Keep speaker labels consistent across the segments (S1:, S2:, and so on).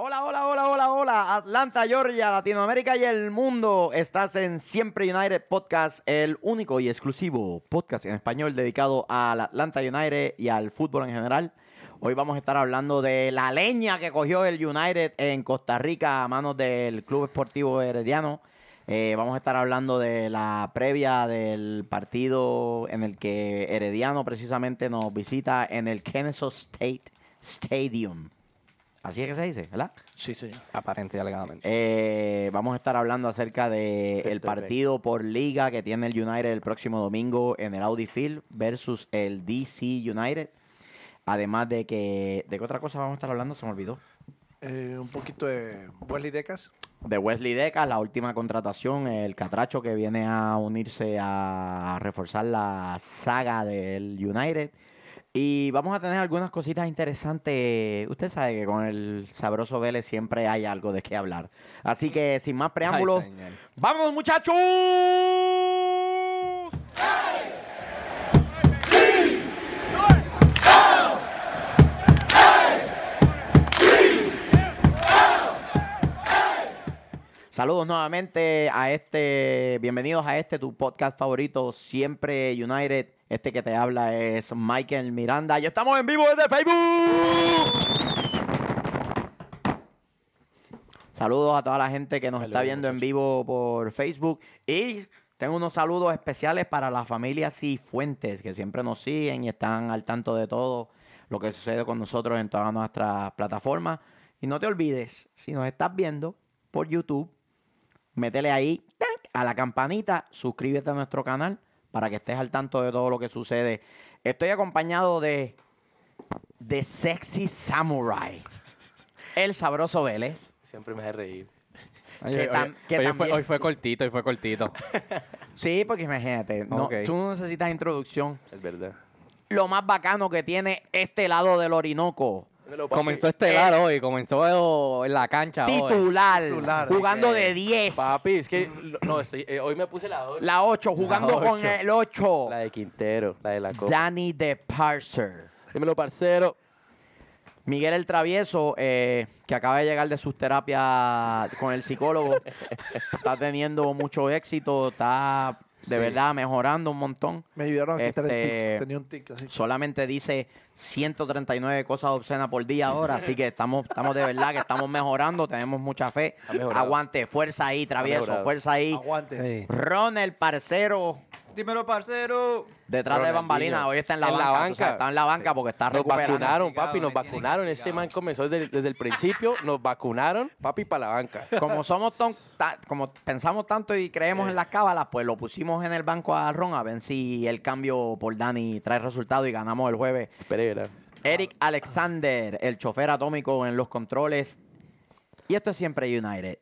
S1: Hola, hola, hola, hola, hola. Atlanta, Georgia, Latinoamérica y el mundo. Estás en Siempre United Podcast, el único y exclusivo podcast en español dedicado al Atlanta United y al fútbol en general. Hoy vamos a estar hablando de la leña que cogió el United en Costa Rica a manos del Club Esportivo Herediano. Eh, vamos a estar hablando de la previa del partido en el que Herediano precisamente nos visita en el Kennesaw State Stadium. Así es que se dice, ¿verdad?
S2: Sí, señor.
S3: Aparente y alegadamente.
S1: Eh, vamos a estar hablando acerca del
S2: Filter
S1: el partido por liga que tiene el United el próximo domingo en el Audi Field versus el DC United. Además de que... ¿De qué otra cosa vamos a estar hablando? Se me olvidó.
S2: Eh, un poquito de Wesley Decas.
S1: De Wesley Decas, la última contratación, el catracho que viene a unirse a reforzar la saga del United. Y vamos a tener algunas cositas interesantes. Usted sabe que con el sabroso Vélez siempre hay algo de qué hablar. Así que sin más preámbulos,
S3: Ay, señor.
S1: ¡Vamos, muchachos! Saludos nuevamente a este, bienvenidos a este tu podcast favorito, siempre United. Este que te habla es Michael Miranda y estamos en vivo desde Facebook. Saludos a toda la gente que nos está
S3: Saludos,
S1: viendo en vivo por Facebook y tengo unos saludos especiales para la familia Cifuentes que siempre nos siguen y están al tanto de todo lo que sucede con nosotros en todas nuestras plataformas. Y no te olvides, si nos estás viendo por YouTube, métele ahí ¡tac! a la campanita, suscríbete a nuestro canal para que estés al tanto de todo lo que sucede. Estoy acompañado de The Sexy Samurai, el sabroso Vélez.
S4: Siempre me hace reír.
S3: Oye,
S1: que
S3: oye,
S1: tam- que
S3: oye,
S1: también-
S3: fue, hoy fue cortito, hoy fue cortito.
S1: Sí, porque imagínate, no,
S3: Ok.
S1: tú no necesitas introducción.
S4: Es verdad.
S1: Lo más bacano que tiene este lado del Orinoco.
S3: comenzó estelar hoy, comenzó en la cancha hoy.
S1: Titular,
S2: Titular,
S1: jugando
S3: ok.
S1: de 10.
S4: Papi, es que lo- no, estoy- eh, hoy me puse la dos.
S1: La 8, jugando con
S3: ocho.
S1: el 8.
S4: La de Quintero, la de la Copa.
S1: Danny de Parser.
S4: Dímelo, parcero.
S1: Miguel el Travieso, eh, que acaba de llegar de sus terapias con el psicólogo, está teniendo mucho éxito, está de
S3: Sí.
S1: verdad mejorando un montón.
S2: Me ayudaron a quitar
S1: Este-
S2: el tic. Tenía un tic así.
S1: Solamente dice 139 cosas obscenas por día ahora, así que estamos, estamos de verdad que estamos mejorando, tenemos mucha fe.
S4: Ha mejorado.
S1: Aguante, fuerza ahí, Travieso,
S4: mejorado.
S1: fuerza ahí.
S2: Aguante.
S3: Sí.
S1: Ron el parcero
S5: Dímelo, parcero.
S1: detrás de
S4: Ronaldinho.
S1: bambalinas, hoy está en la
S4: En la
S1: banca, tú sabes,
S4: banca.
S1: está en la banca porque está
S4: Nos
S1: recuperando.
S4: vacunaron,
S5: Castigado,
S4: papi, nos
S5: me tienen
S4: vacunaron. Este
S5: castigado.
S4: man comenzó desde, el- desde el principio, nos vacunaron, papi, para la banca.
S1: como somos tan, ta- como pensamos tanto y creemos en las cábalas, pues lo pusimos en el banco a Ron a ver si el cambio por Dani trae resultado y ganamos el jueves.
S4: Espere, verá.
S1: Eric Alexander, el chofer atómico en los controles. Y esto es siempre United.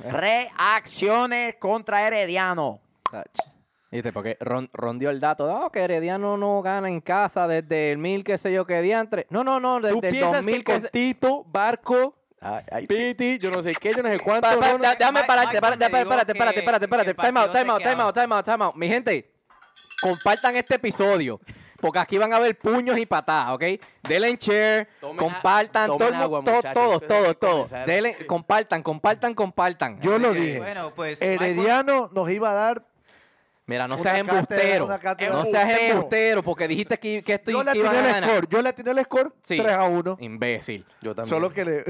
S1: Reacciones contra Herediano.
S3: Viste, porque ron- rondió el dato. No, que Herediano no gana en casa desde el mil, qué sé yo, qué diantre. No, no, no, desde
S4: ¿Tú
S3: el
S4: piensas
S3: 2000
S4: que
S3: que
S4: con
S3: se-
S4: Tito, Barco,
S3: Ay, ay,
S4: Piti, yo no sé qué, yo no sé cuánto...
S3: Pa- pa-
S4: no, no,
S3: da- Déjame
S5: Ma-
S3: pararte,
S5: Michael
S3: espérate,
S5: me dijo
S3: espérate,
S5: que-
S3: espérate, espérate,
S5: que el
S3: espérate. Time out,
S5: partido
S3: time out,
S5: se
S3: time out, time out, time out. Mi gente, compartan este episodio. Porque aquí van a haber puños y patadas, ¿ok? Denle en share,
S4: Tomen a-
S3: compartan,
S4: tomen
S3: todo el mu-
S4: agua,
S3: to-
S4: muchachos,
S3: todos,
S4: ustedes hay que
S3: todos, todos.
S4: comenzar.
S3: Denle- compartan, compartan, compartan.
S2: Yo lo dije.
S5: Bueno, pues.
S2: Herediano nos iba a dar.
S3: Mira, no
S2: Una
S3: seas
S2: cátedra,
S3: embustero.
S2: una cátedra.
S3: No seas
S2: Embustero.
S3: embustero, porque dijiste que, que esto
S2: Yo le
S3: iba a
S2: atiné el
S3: ganar.
S2: score. Yo le atiné el score
S3: Sí.
S2: 3 a 1.
S3: Imbécil.
S4: Yo también.
S2: Solo que le,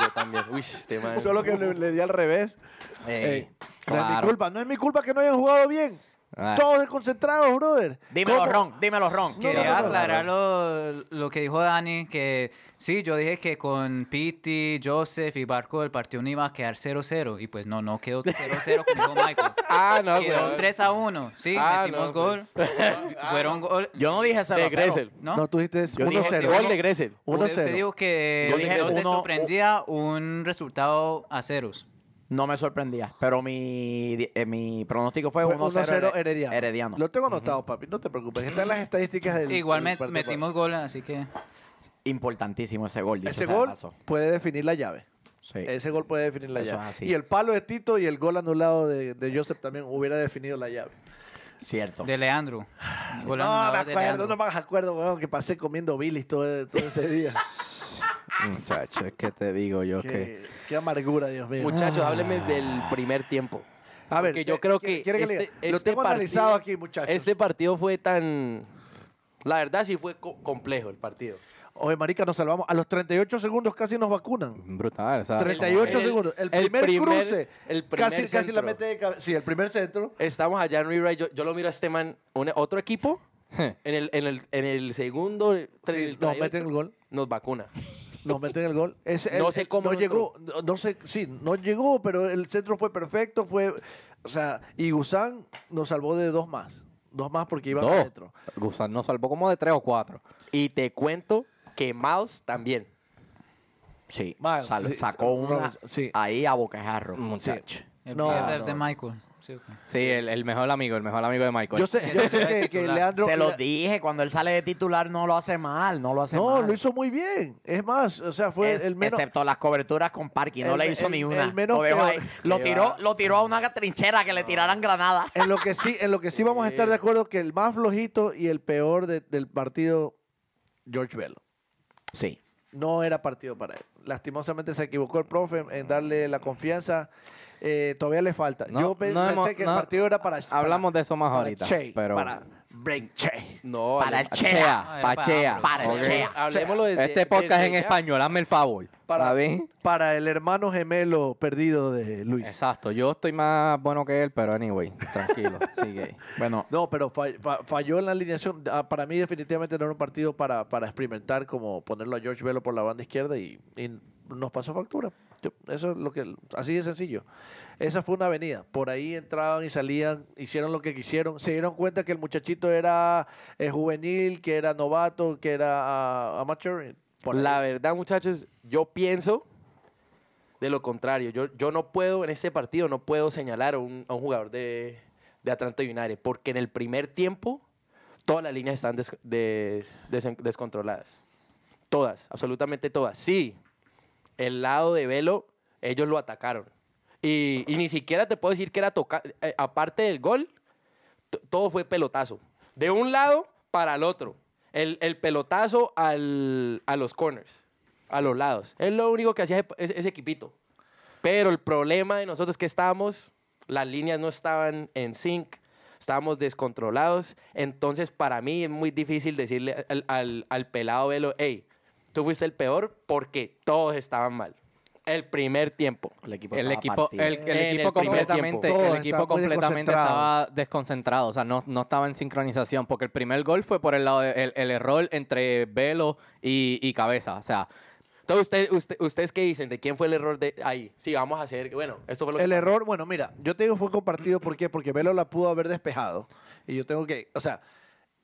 S4: Yo también. Uy, este man...
S2: solo que le, le di al revés.
S3: Ey,
S2: Ey, No es mi
S3: claro.
S2: culpa. No es mi culpa que no hayan jugado bien.
S3: Ah.
S2: Todos desconcentrados, brother.
S1: Dímelo,
S2: ¿Cómo?
S1: Ron, dímelo, Ron.
S2: No,
S5: Quería
S2: no, no, no.
S5: aclarar lo, lo que dijo Dani, que sí, yo dije que con Pitti, Joseph y Barco el partido no iba a quedar 0-0. Y pues no, no quedó 0-0 como dijo Michael.
S4: Ah, no,
S5: Quedó
S2: pues.
S4: güey.
S5: 3-1. Sí,
S4: Ah,
S5: metimos
S4: no,
S5: gol. Fueron gol.
S1: Yo no dije 0
S4: De Gressel.
S5: ¿No?
S2: No, tú dijiste
S4: Yo dije,
S2: 1-0.
S4: gol de Gressel.
S5: Usted- usted
S2: 1-0.
S5: dijo que
S1: Yo
S5: te-
S1: dije
S5: te
S1: uno-
S5: sorprendía un resultado a ceros.
S1: No me sorprendía, pero mi, eh, mi pronóstico fue
S2: Fue
S1: 1-0
S2: 1-0 Herediano.
S1: Herediano.
S2: Lo tengo anotado, papi. No te preocupes. Están las estadísticas del.
S5: Igual
S2: del
S5: met-
S2: partido.
S5: metimos gol, así que...
S1: Importantísimo ese gol. dicho
S2: Ese
S1: sea de
S2: gol
S1: paso.
S2: puede definir la llave.
S1: Sí.
S2: Ese gol puede definir la
S1: Eso ah,
S2: llave.
S1: es así.
S2: Y el palo de Tito y el gol anulado de, de Joseph también hubiera definido la llave.
S1: Cierto.
S5: De Leandro. Gol
S2: No,
S5: anulado
S2: me
S5: de
S2: acuerdo,
S5: Leandro.
S2: no me acuerdo, weón, que pasé comiendo bilis todo, todo ese día.
S3: Muchacho, es que te digo yo
S2: Qué,
S3: que...
S2: qué amargura, Dios mío.
S4: Muchachos,
S3: Ah.
S4: háblenme del primer tiempo.
S2: A ver,
S4: Porque yo
S2: eh,
S4: creo
S2: ¿quiere-
S4: que,
S2: quiere que le
S4: este,
S2: diga? Lo
S4: este
S2: tengo
S4: partido-
S2: analizado aquí, muchachos.
S4: Este partido fue tan... La verdad sí fue co- complejo el partido.
S2: Oye, marica, nos salvamos. A los 38 segundos casi nos vacunan.
S3: Brutal, o sea,
S2: 38
S4: El-
S2: segundos. El
S4: el
S2: primer,
S4: primer-
S2: cruce.
S4: el primer
S2: casi, casi la
S4: centro.
S2: mete de cabeza. Sí, el primer centro.
S4: Estamos allá en Rewrite. Yo, yo lo miro a este man, un- otro equipo, en el, en el, en el segundo...
S2: Sí, nos meten el gol.
S4: Nos vacuna.
S2: Nos meten el gol. Ese-
S4: No
S2: el-
S4: sé cómo
S2: No
S4: no
S2: llegó. No, no sé, sí, no llegó, pero el centro fue perfecto. Fue, o sea, y Gusán nos salvó de dos más. Dos más porque iban
S3: dos.
S2: adentro.
S3: Gusán nos salvó como de tres o cuatro.
S4: Y te cuento que Miles también.
S1: Sí,
S2: Miles,
S1: sal-
S2: sí,
S1: sacó
S2: sí,
S1: una
S2: Robinson, sí. Mm,
S1: ahí a bocajarro.
S3: Muchacho.
S5: El
S2: No,
S5: BFF de
S2: no.
S5: Michael. Sí, ok.
S3: Sí, el, el mejor amigo, el mejor amigo de Michael.
S2: Yo sé,
S5: que
S2: yo
S5: se
S2: sé
S5: vea
S2: que, que
S5: titular.
S2: Leandro.
S1: Se lo dije, cuando él sale de titular no lo hace mal, no lo hace
S2: No,
S1: mal.
S2: lo hizo muy bien. Es más, o sea, fue
S1: Es-
S2: el menos.
S1: Excepto las coberturas con Parky, no
S2: el-
S1: le hizo
S2: el-
S1: ni
S2: el
S1: una.
S2: menos
S1: lo, dejó
S2: peor.
S1: ahí. Lo
S3: Qué
S1: tiró,
S3: va.
S1: lo tiró a una trinchera que le tiraran granadas.
S2: En lo que sí, en lo que sí vamos a estar de acuerdo que el más flojito y el peor de- del partido, George Velo.
S1: Sí.
S2: No era partido para él. Lastimosamente se equivocó el profe en darle la confianza. Eh, todavía le falta.
S3: No,
S2: Yo pe-
S3: no
S2: pensé
S3: hemos-
S2: que
S3: no.
S2: el partido era para.
S3: Hablamos de eso más
S2: para
S3: ahorita.
S2: Che,
S3: pero...
S2: Para Break Che.
S4: No,
S1: Para
S4: Ale-
S1: el Chea.
S5: Ah,
S3: Pachea,
S5: era
S1: Para
S3: pachea.
S5: para Ambros.
S1: el
S3: Ok.
S1: Chea.
S4: Hablemoslo desde-
S3: Este podcast
S4: desde
S3: en
S4: ya.
S3: español, hazme el favor.
S2: Para,
S3: ¿Sabes?
S2: para el hermano gemelo perdido de Luis.
S3: Exacto, yo estoy más bueno que él, pero anyway, tranquilo, sigue.
S1: Bueno,
S2: No, pero fall- fa- falló en la alineación. Ah, Para mí definitivamente no era un partido para, para experimentar como ponerlo a George Velo por la banda izquierda y, y nos pasó factura. Yo- eso es lo que así de sencillo. Esa fue una avenida. Por ahí entraban y salían, hicieron lo que quisieron. Se dieron cuenta que el muchachito era eh, juvenil, que era novato, que era ah, amateur. Por ahí.
S4: La verdad, muchachos, yo pienso de lo contrario. Yo, yo no puedo, en este partido, no puedo señalar a un, a un jugador de, de Atlanta United, porque en el primer tiempo todas las líneas están des- des- desen- descontroladas. Todas, absolutamente todas. Sí, el lado de Velo, ellos lo atacaron. Y, y ni siquiera te puedo decir que era tocar, aparte del gol, t- todo fue pelotazo. De un lado para el otro. El, el pelotazo al- a los corners, a los lados. Es lo único que hacía ese, ese equipito. Pero el problema de nosotros es que estábamos, las líneas no estaban en sync, estábamos descontrolados. Entonces, para mí es muy difícil decirle al, al- al pelado Velo, hey, tú fuiste el peor porque todos estaban mal. El primer tiempo.
S1: el equipo.
S3: El
S1: estaba
S3: equipo, el,
S1: partido.
S3: el
S4: En el
S3: equipo
S4: primer
S3: completamente,
S2: tiempo.
S3: el
S2: Todos
S3: equipo
S2: estaban muy
S3: completamente
S2: desconcentrados.
S3: estaba desconcentrado, o sea, no, no estaba en sincronización, porque el primer gol fue por el lado de- el, el error entre Velo y, y Cabeza, o sea,
S4: Entonces, usted, usted- ¿ustedes qué dicen? ¿De quién fue el error de ahí? Sí, vamos a hacer... Bueno, esto fue lo que
S2: El
S4: pasó.
S2: error, bueno, mira, yo te digo fue compartido ¿por qué? porque Velo la pudo haber despejado. Y yo tengo que, o sea,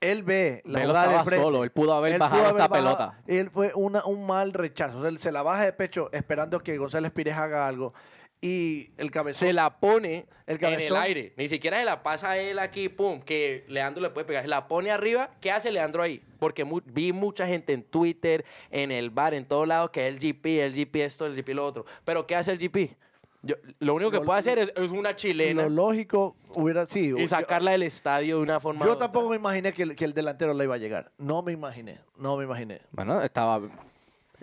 S2: él ve la
S3: Velo
S2: jugada de
S3: estaba
S2: frente.
S3: solo, él pudo haber bajado esa pelota.
S2: Él fue una, un mal rechazo. O sea, él se la baja de pecho esperando que González Pires haga algo. Y el cabezón.
S4: se la pone
S2: El
S4: en el
S2: cabezón.
S4: aire. Ni siquiera se la pasa a él aquí, pum, que Leandro le puede pegar. Se la pone arriba. ¿Qué hace Leandro ahí? Porque mu- vi mucha gente en Twitter, en el bar, en todos lados, que el GP, el GP esto, el GP lo otro. Pero ¿qué hace el GP? Yo- lo único que
S2: Lo-
S4: puede hacer es, es una
S2: Lo
S4: chilena
S2: lógico hubiera sido.
S4: y sacarla del estadio de una forma. u
S2: Yo
S4: otra.
S2: tampoco me imaginé que el, que el delantero le iba a llegar. No me imaginé. No me imaginé.
S3: bueno, estaba... eh,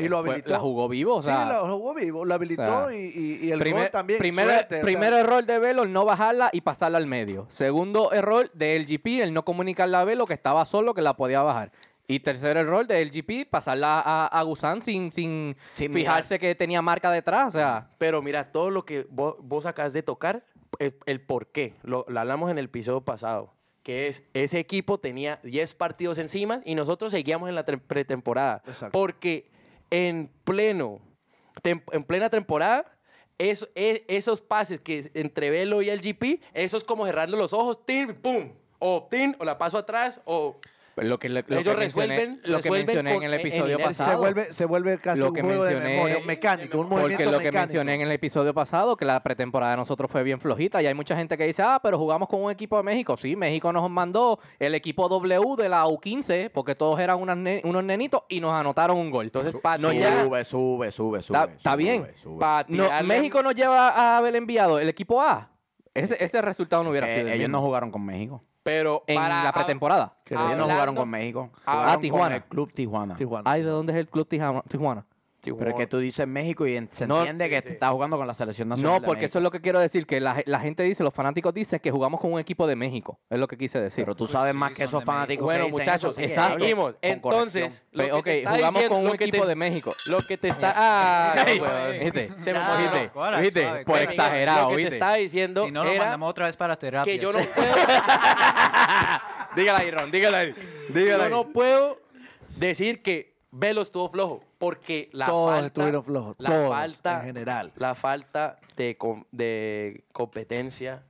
S2: Y lo
S3: fue-
S2: habilitó.
S3: la jugó vivo, o sea...
S2: sí, la jugó vivo. Lo habilitó
S3: sea,
S2: y, y- y el
S3: Primer,
S2: gol también.
S3: primer-
S2: suerte, o sea.
S3: primer error de Velo, no bajarla y pasarla al medio. Segundo error de LGP, el no comunicarle a Velo que estaba solo, que la podía bajar. Y tercer error de LGP, pasarla a, a Gusán sin, sin,
S1: Sin
S3: fijarse que tenía marca detrás. O sea,
S4: Pero mira, todo lo que vos, vos acabas de tocar, el, el por qué, lo, lo hablamos en el episodio pasado, que es ese equipo tenía 10 partidos encima y nosotros seguíamos en la tre- pretemporada.
S2: Exacto.
S4: Porque en pleno, tem- en plena temporada, es- e- esos pases que es entre Velo y el GP, eso es como cerrarle los ojos, tin, pum, o tin, o la paso atrás, o...
S3: Pues lo que, le- lo
S4: Ellos
S3: que mencioné-
S4: resuelven-
S3: lo que
S4: resuelven
S3: mencioné
S4: con-
S3: en el
S4: en- en
S3: episodio
S4: inercia.
S2: se
S3: pasado.
S2: vuelve, se vuelve casi
S3: Lo
S2: un
S3: que
S2: juego de
S3: mencioné-
S2: memoria, un mecánico, un movimiento
S3: Porque lo que
S2: mecánico.
S3: mencioné en el episodio pasado, que la pretemporada de nosotros fue bien flojita. Y hay mucha gente que dice, ah, pero jugamos con un equipo de México. Sí, México nos mandó el equipo W de la U15, porque todos eran unas ne- unos nenitos y nos anotaron un gol.
S4: Entonces, para
S3: no
S4: tirar-
S3: llega-
S1: sube, sube, sube, sube.
S3: Está- está bien.
S1: sube, sube.
S4: para
S3: No,
S4: tirarle-
S3: México no lleva a Abel enviado, el equipo A. Ese, ese resultado no hubiera
S1: Eh,
S3: sido el
S1: ellos
S3: mismo.
S1: no jugaron con México.
S4: pero
S3: en
S4: para-
S3: la pretemporada.
S1: Ellos no
S4: Hablando-
S1: jugaron con México.
S4: Ah,
S1: Jugaron con
S3: Tijuana.
S1: el club Tijuana.
S2: Tijuana.
S3: Ay, ¿de dónde es el club Tijama- Tijuana?
S4: Sí,
S1: Pero es
S4: jugó-
S1: que tú dices México y en- se
S3: No,
S1: entiende
S4: sí,
S1: que
S4: sí.
S1: está jugando con la selección nacional.
S3: No, porque eso es lo que quiero decir, que la, la gente dice, los fanáticos dicen que jugamos con un equipo de México. Es lo que quise decir.
S1: Pero tú
S5: Pues
S1: sabes
S5: sí,
S1: más que
S5: son
S1: esos
S5: de México.
S1: fanáticos. que
S4: Bueno,
S1: dicen
S4: muchachos,
S1: eso, sí,
S3: exacto.
S1: hablo
S4: seguimos.
S1: con
S4: Entonces,
S3: Pe-
S4: lo
S3: ok,
S4: que te está
S3: jugamos
S4: diciendo-
S3: con
S4: lo
S3: un
S4: que te-
S3: equipo de México.
S4: Lo que te está. Ah,
S5: Ey,
S4: no, weón.
S3: ¿Viste?
S4: Se Ah, me
S5: Ya,
S4: emocionó.
S3: ¿Viste?
S5: ahora,
S3: ¿Viste?
S5: suave,
S3: Por
S5: Miguel,
S3: exagerado,
S4: Lo que te
S3: ¿viste?
S4: estaba diciendo
S5: Si no, lo
S4: era
S5: mandamos otra vez para terapia.
S4: que yo no puedo,
S3: Dígala ahí, Ron, dígala ahí. Dígala
S4: yo
S3: ahí.
S4: no puedo decir que Velo estuvo flojo, porque la
S2: todos
S4: falta,
S2: estuvieron flojos.
S4: la
S2: todos,
S4: falta,
S2: en general.
S4: la falta de, com- de competencia.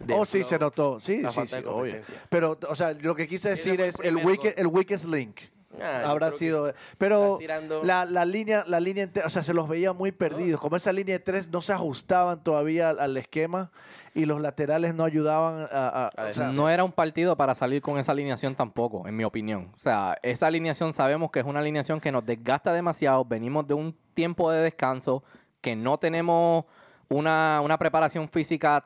S4: de
S2: Oh, sí, se
S4: flow.
S2: notó. Sí,
S4: la
S2: sí,
S4: falta
S2: sí,
S4: de
S2: obvio.
S4: competencia.
S2: Pero, o sea, lo que quise
S4: Ese
S2: decir
S4: fue el
S2: es el,
S4: primer
S2: weak-
S4: gol.
S2: el weakest link.
S4: Ah, yo
S2: Habrá
S4: creo que
S2: sido. Pero
S4: estás tirando-
S2: la, la línea, la línea entera, o sea, se los veía muy perdidos. Como esa línea de tres no se ajustaban todavía al, al esquema y los laterales no ayudaban a. a-
S4: A
S2: o sea,
S3: No era un partido para salir con esa alineación tampoco, en mi opinión. O sea, esa alineación sabemos que es una alineación que nos desgasta demasiado. Venimos de un tiempo de descanso, que no tenemos una, una preparación física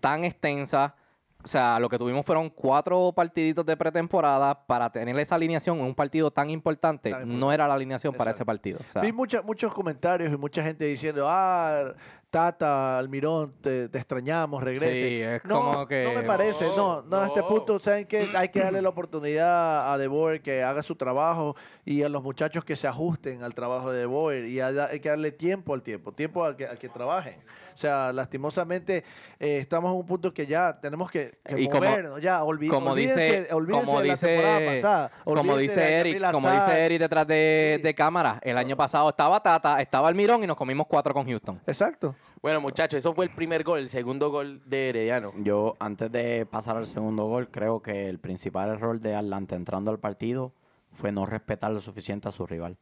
S3: tan extensa. O sea, lo que tuvimos fueron cuatro partiditos de pretemporada para tener esa alineación en un partido tan importante.
S2: Tan
S3: No era la alineación para ese
S2: Exacto.
S3: partido. O sea,
S2: Vi mucha- muchos comentarios y mucha gente diciendo, ah, Tata, Almirón, te, te extrañamos, regrese.
S3: Sí, es
S2: no,
S3: como que-
S2: No me parece, no, no, a este
S4: no.
S2: punto, ¿saben que Hay que darle la oportunidad a De Boer que haga su trabajo y a los muchachos que se ajusten al trabajo de De Boer y a da- hay que darle tiempo al tiempo, tiempo al que, al que trabajen. O sea, lastimosamente eh, estamos en un punto que ya tenemos que, que
S3: Y como-
S2: movernos, ya, olvi-
S3: como
S2: olvídense-
S3: dice,
S2: olvídense
S3: como
S2: de la temporada
S3: dice,
S2: pasada,
S3: como
S2: olvídense de
S3: dice Eric,
S2: Camila
S3: como
S2: Saad.
S3: dice Eric detrás de,
S2: Sí.
S3: de cámara, el año pasado estaba Tata, estaba Almirón y nos comimos cuatro con Houston.
S2: Exacto.
S4: Bueno, muchachos, eso fue el primer gol, el segundo gol de Herediano.
S1: Yo, antes de pasar al segundo gol, creo que el principal error de Atlanta entrando al partido fue no respetar lo suficiente a su rival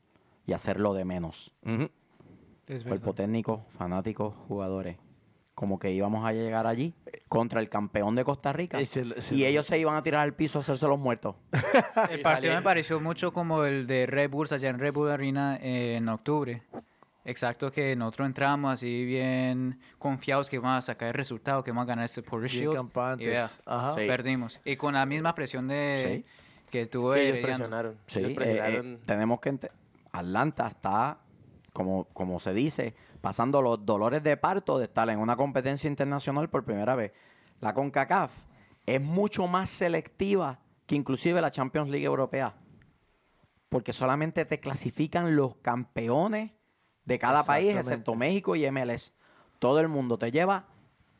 S1: y hacerlo de menos.
S3: Ujú.
S5: Es verdad.
S1: Cuerpo técnico, fanáticos, jugadores. Como que íbamos a llegar allí contra el campeón de Costa Rica
S2: Y se- se-
S1: y ellos se iban a tirar al piso a hacerse los muertos.
S5: El partido me pareció mucho como el de Red Bulls allá en Red Bull Arena eh, en octubre. Exacto, que nosotros entramos así bien confiados que vamos a sacar el resultado, que vamos a ganar este Porter
S2: Bien
S5: Shield. y
S2: campantes.
S5: vea,
S2: Ajá.
S1: Sí.
S5: Perdimos. Y con la misma presión de que tuvo
S4: Sí, ellos
S5: Herediano.
S4: presionaron.
S1: Sí,
S4: ellos
S1: eh,
S4: presionaron.
S1: eh, tenemos que... ente- Atlanta está, como, como se dice, pasando los dolores de parto de estar en una competencia internacional por primera vez. La CONCACAF es mucho más selectiva que inclusive la Champions League Europea. Porque solamente te clasifican los campeones de cada país, excepto
S2: Exactamente.
S1: México y MLS. Todo el mundo te lleva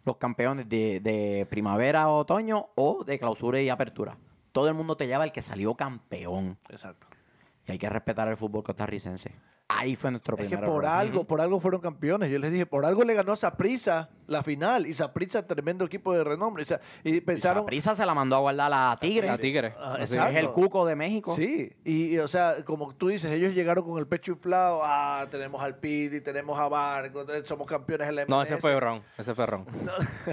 S1: los campeones de, de primavera o otoño o de clausura y apertura. Todo el mundo te lleva el que salió campeón.
S2: Exacto.
S1: Y hay que respetar el fútbol costarricense. Ahí fue nuestro
S2: Es que
S1: primer
S2: por
S1: error.
S2: algo, por algo fueron campeones. Yo les dije, por algo le ganó a Saprisa la final. Y Saprisa, tremendo equipo de renombre. O sea, y pensaron.
S1: prisa se la mandó a guardar a Tigre.
S3: A Tigres.
S2: Ah,
S3: Así
S2: exacto.
S1: Es el cuco de México.
S2: Sí, y, y, o sea, como tú dices, ellos llegaron con el pecho inflado. Ah, tenemos al Piti, tenemos a Barco, te- somos campeones en la
S3: es. No,
S2: MLS.
S3: ese fue Ron, ese fue Ron.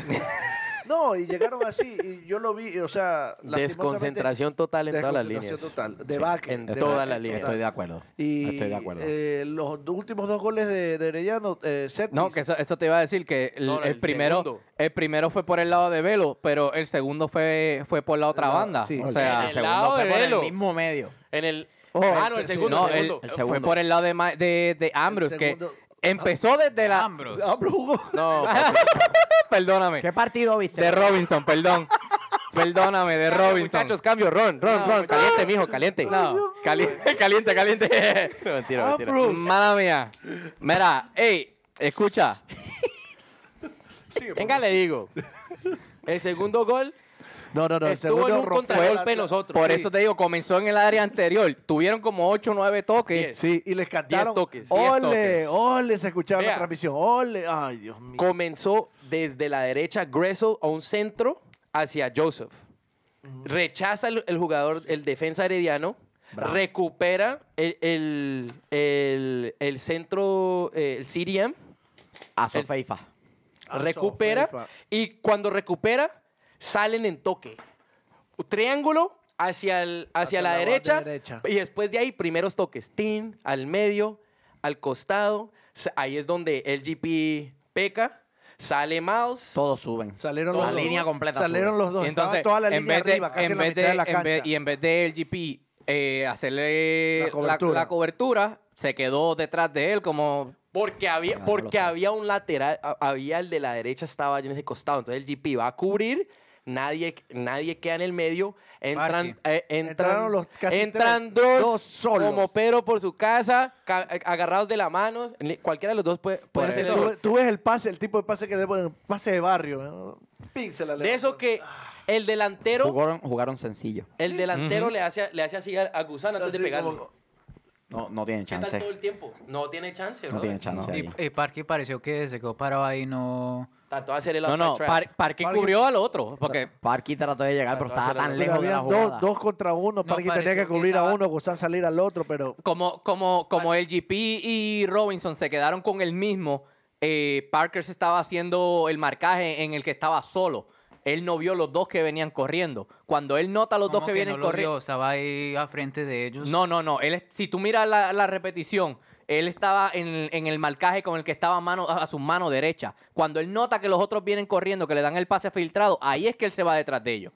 S2: No, y llegaron así. Y yo lo vi, o sea.
S4: Desconcentración total en todas las líneas.
S2: Desconcentración total.
S4: Sí,
S2: Debacle,
S4: En
S2: debacle
S4: todas las
S2: total.
S4: líneas.
S1: Estoy de acuerdo.
S2: Y
S1: Estoy de acuerdo.
S2: eh, los últimos dos goles de, de Herediano, eh, set
S3: No,
S2: piece.
S3: que eso, eso te iba a decir que el,
S4: No, no,
S3: el
S4: el
S3: primero
S4: segundo.
S3: el primero fue por el lado de Velo, pero el segundo fue fue por la otra
S2: La-
S3: banda.
S2: sí.
S3: o
S2: El
S3: sea,
S1: el
S4: el lado
S1: segundo fue
S4: de
S1: por el
S4: Velo.
S1: mismo medio.
S4: En el.
S2: Oh,
S4: ah, no,
S2: sí,
S4: el
S2: sí.
S4: segundo.
S3: no,
S4: el
S3: el,
S4: segundo.
S1: el
S3: fue
S1: segundo.
S3: por el lado de, Ma- de, de Ambrose,
S2: El
S3: que
S2: segundo-
S3: empezó desde la...
S5: Ambrose.
S2: Ah,
S4: No, papi,
S3: Perdóname.
S1: ¿Qué partido viste?
S3: De Robinson, perdón. Perdóname, de
S4: cambio,
S3: Robinson.
S4: Muchachos, cambio. Ron, Ron,
S3: No,
S4: Ron. Caliente, mijo, caliente.
S3: No, caliente, caliente, caliente.
S4: mentira,
S2: Ah,
S4: mentira.
S3: Mala mía. Mira, ey, escucha.
S4: Venga, le digo. El segundo gol
S2: No, no, no. el
S4: estuvo en
S2: segundo
S4: un
S2: rom-
S4: contragolpe de nosotros.
S3: Por eso te digo, comenzó en el área anterior. Tuvieron como 8 o 9 toques.
S4: Diez.
S2: Sí, y les cantaron.
S4: toques.
S2: Ole,
S3: Diez toques.
S2: ole, se escuchaba en la
S4: Vea.
S2: transmisión. Ole, ay, Dios mío.
S4: comenzó desde la derecha Gressel a un centro hacia Joseph. Rechaza el, el jugador, el defensa herediano, recupera el, el, el- el centro, eh, el CDM,
S1: A su
S4: el-
S1: FIFA.
S2: Ah,
S4: recupera
S2: Sofeifa.
S4: y cuando recupera salen en toque. Triángulo hacia, el, hacia,
S2: Hacia
S4: la,
S2: la banda
S4: derecha,
S2: derecha.
S4: y después de ahí primeros toques, tin, al medio, al costado, Sa- ahí es donde LGP peca, sale Mouse.
S1: Todos suben.
S2: Salieron
S4: La
S2: los dos.
S1: línea completa
S2: Salieron
S1: sube.
S2: los dos. Entonces,
S3: Entonces,
S2: toda la
S3: en
S2: línea
S3: vez de,
S2: arriba, casi en
S3: en
S2: la
S3: vez
S2: mitad
S3: de-
S2: de la
S3: en vez-
S2: cancha.
S3: y en vez de el GP eh, hacerle
S2: La
S3: la
S2: cobertura.
S3: cobertura, la, cobertura, se quedó detrás de él como...
S4: Porque había,
S1: no
S4: porque
S1: lo sé.
S4: había un lateral, a- había el de la derecha estaba en ese costado. Entonces el GP va a cubrir, nadie, nadie queda en el medio. Entran, eh, entran,
S2: Entraron los casi
S4: entran
S2: tres,
S4: dos,
S2: dos solos.
S4: como Pedro por su casa, ca- eh, agarrados de la mano. Ni- Cualquiera de los dos puede, puede
S2: Por
S4: hacer
S2: eso
S4: el
S2: tú,
S4: gol.
S2: tú ves el pase, el tipo de pase que le ponen, pase de barrio. ¿no? Píxela, le
S4: De eso
S2: ponen.
S4: que el delantero,
S1: Jugaron, jugaron sencillo.
S4: el delantero le, hace, le hace así a, a Gusano antes de
S2: Así
S4: pegarle.
S2: como-
S1: No, no tienen
S4: ¿Qué tal todo
S1: chance.
S4: el tiempo? No tiene chance,
S1: No
S4: bro.
S1: tienen chance ahí.
S5: Y, y Parque pareció que se quedó parado ahí, no...
S4: Trató de hacer el
S3: No,
S4: outside
S3: no,
S4: trap.
S3: Par- Parque
S2: Parque-
S3: cubrió al otro. Porque
S1: Parky trató de llegar, pero
S4: Trató de
S1: estaba tan
S4: hacer algo.
S1: lejos de la
S2: habían
S1: jugada.
S2: dos, dos contra uno, para que tenía
S5: pareció
S2: que
S5: que
S2: cubrir a
S5: estaba-
S2: uno, gozar salir al otro, pero
S3: como, como, como el GP y Robinson se quedaron con el mismo, eh, Parker se estaba haciendo el marcaje en el que estaba solo. Él no vio los dos que venían corriendo. Cuando él nota los dos
S5: como
S3: que, vienen
S5: no lo
S3: corriendo.
S5: vio, estaba ahí a frente de ellos.
S3: No, no, no. Él, es- si tú miras la, la repetición, él estaba en, en el marcaje con el que estaba a mano, a, a su mano derecha. Cuando él nota que los otros vienen corriendo, que le dan el pase filtrado, ahí es que él se va detrás de ellos.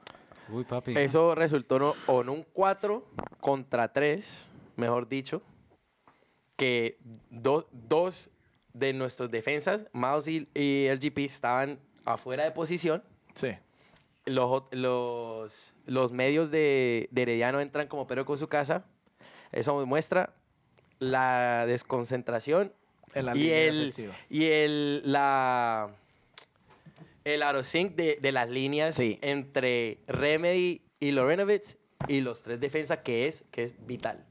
S5: Uy, papi.
S4: Eso resultó no- o en un 4 contra 3, mejor dicho, que do- dos de nuestros defensas, Miles y, y LGP, estaban afuera de posición.
S2: sí.
S4: Los, ot- los, los medios de, de Herediano entran como perro con su casa. Eso muestra la desconcentración
S2: En la
S4: y
S2: línea
S4: el,
S2: defensiva.
S4: y el la el autosync de, de las líneas
S1: Sí.
S4: entre Remedy y Lorenovitz y los tres defensas que es que es vital.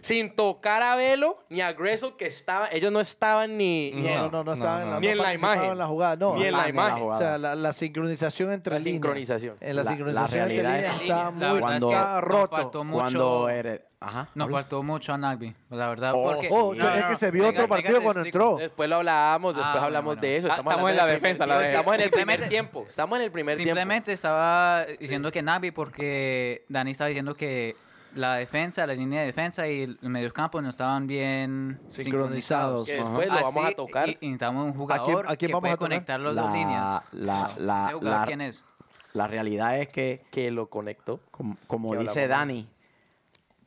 S4: Sin tocar a Velo ni a Gressel que estaba, ellos no estaban ni, ni
S2: No, no, no,
S3: no,
S2: estaba
S3: no,
S2: en
S3: no.
S2: la,
S4: Ni
S2: no
S4: en la
S2: participaba
S4: imagen.
S2: en la jugada, no.
S4: Ni en la
S1: Ah, ni en la
S4: imagen.
S1: jugada.
S2: O sea, la, la sincronización entre
S4: La
S2: líneas.
S4: sincronización.
S2: En la,
S1: La-
S2: sincronización
S1: la
S2: entre
S1: realidad
S2: líneas
S1: es-
S2: está
S5: La
S2: muy
S5: verdad es
S1: cuando-
S5: que
S2: está
S5: nos
S2: roto.
S5: faltó mucho-
S1: Cuando eres... Ajá.
S5: Nos
S1: habla.
S5: faltó mucho a Nagby, la verdad.
S4: Oh,
S5: porque...
S4: oh,
S2: o sea, es que se vio otro
S5: venga,
S2: partido
S5: venga, te
S2: cuando
S5: explico.
S2: entró.
S4: Después lo hablábamos,
S5: Ah,
S4: después
S5: bueno,
S4: hablamos
S5: bueno.
S4: de eso.
S3: Ah, estamos en
S4: hablando
S3: la
S4: del primer
S3: defensa, la
S4: tiempo.
S3: defensa.
S4: Estamos en el primer
S5: Simplemente-
S4: tiempo. Estamos en el primer tiempo.
S5: Simplemente estaba diciendo que Nagby porque Dani estaba diciendo que la defensa, la línea de defensa y el mediocampo no estaban bien
S2: Sincronizados. Pues
S5: sincronizados. Ah,
S4: Que después lo vamos a tocar.
S5: y- y necesitamos un jugador
S2: a quién
S5: que
S2: vamos
S5: puede
S2: a tocar?
S5: conectar las dos
S1: La-
S5: líneas.
S1: la-
S5: Ese
S1: la-
S5: jugador,
S1: la-
S5: ¿quién es?
S1: La realidad es que,
S4: Que lo conectó.
S1: com- como
S4: Que
S1: dice
S4: hablamos.
S1: Dani,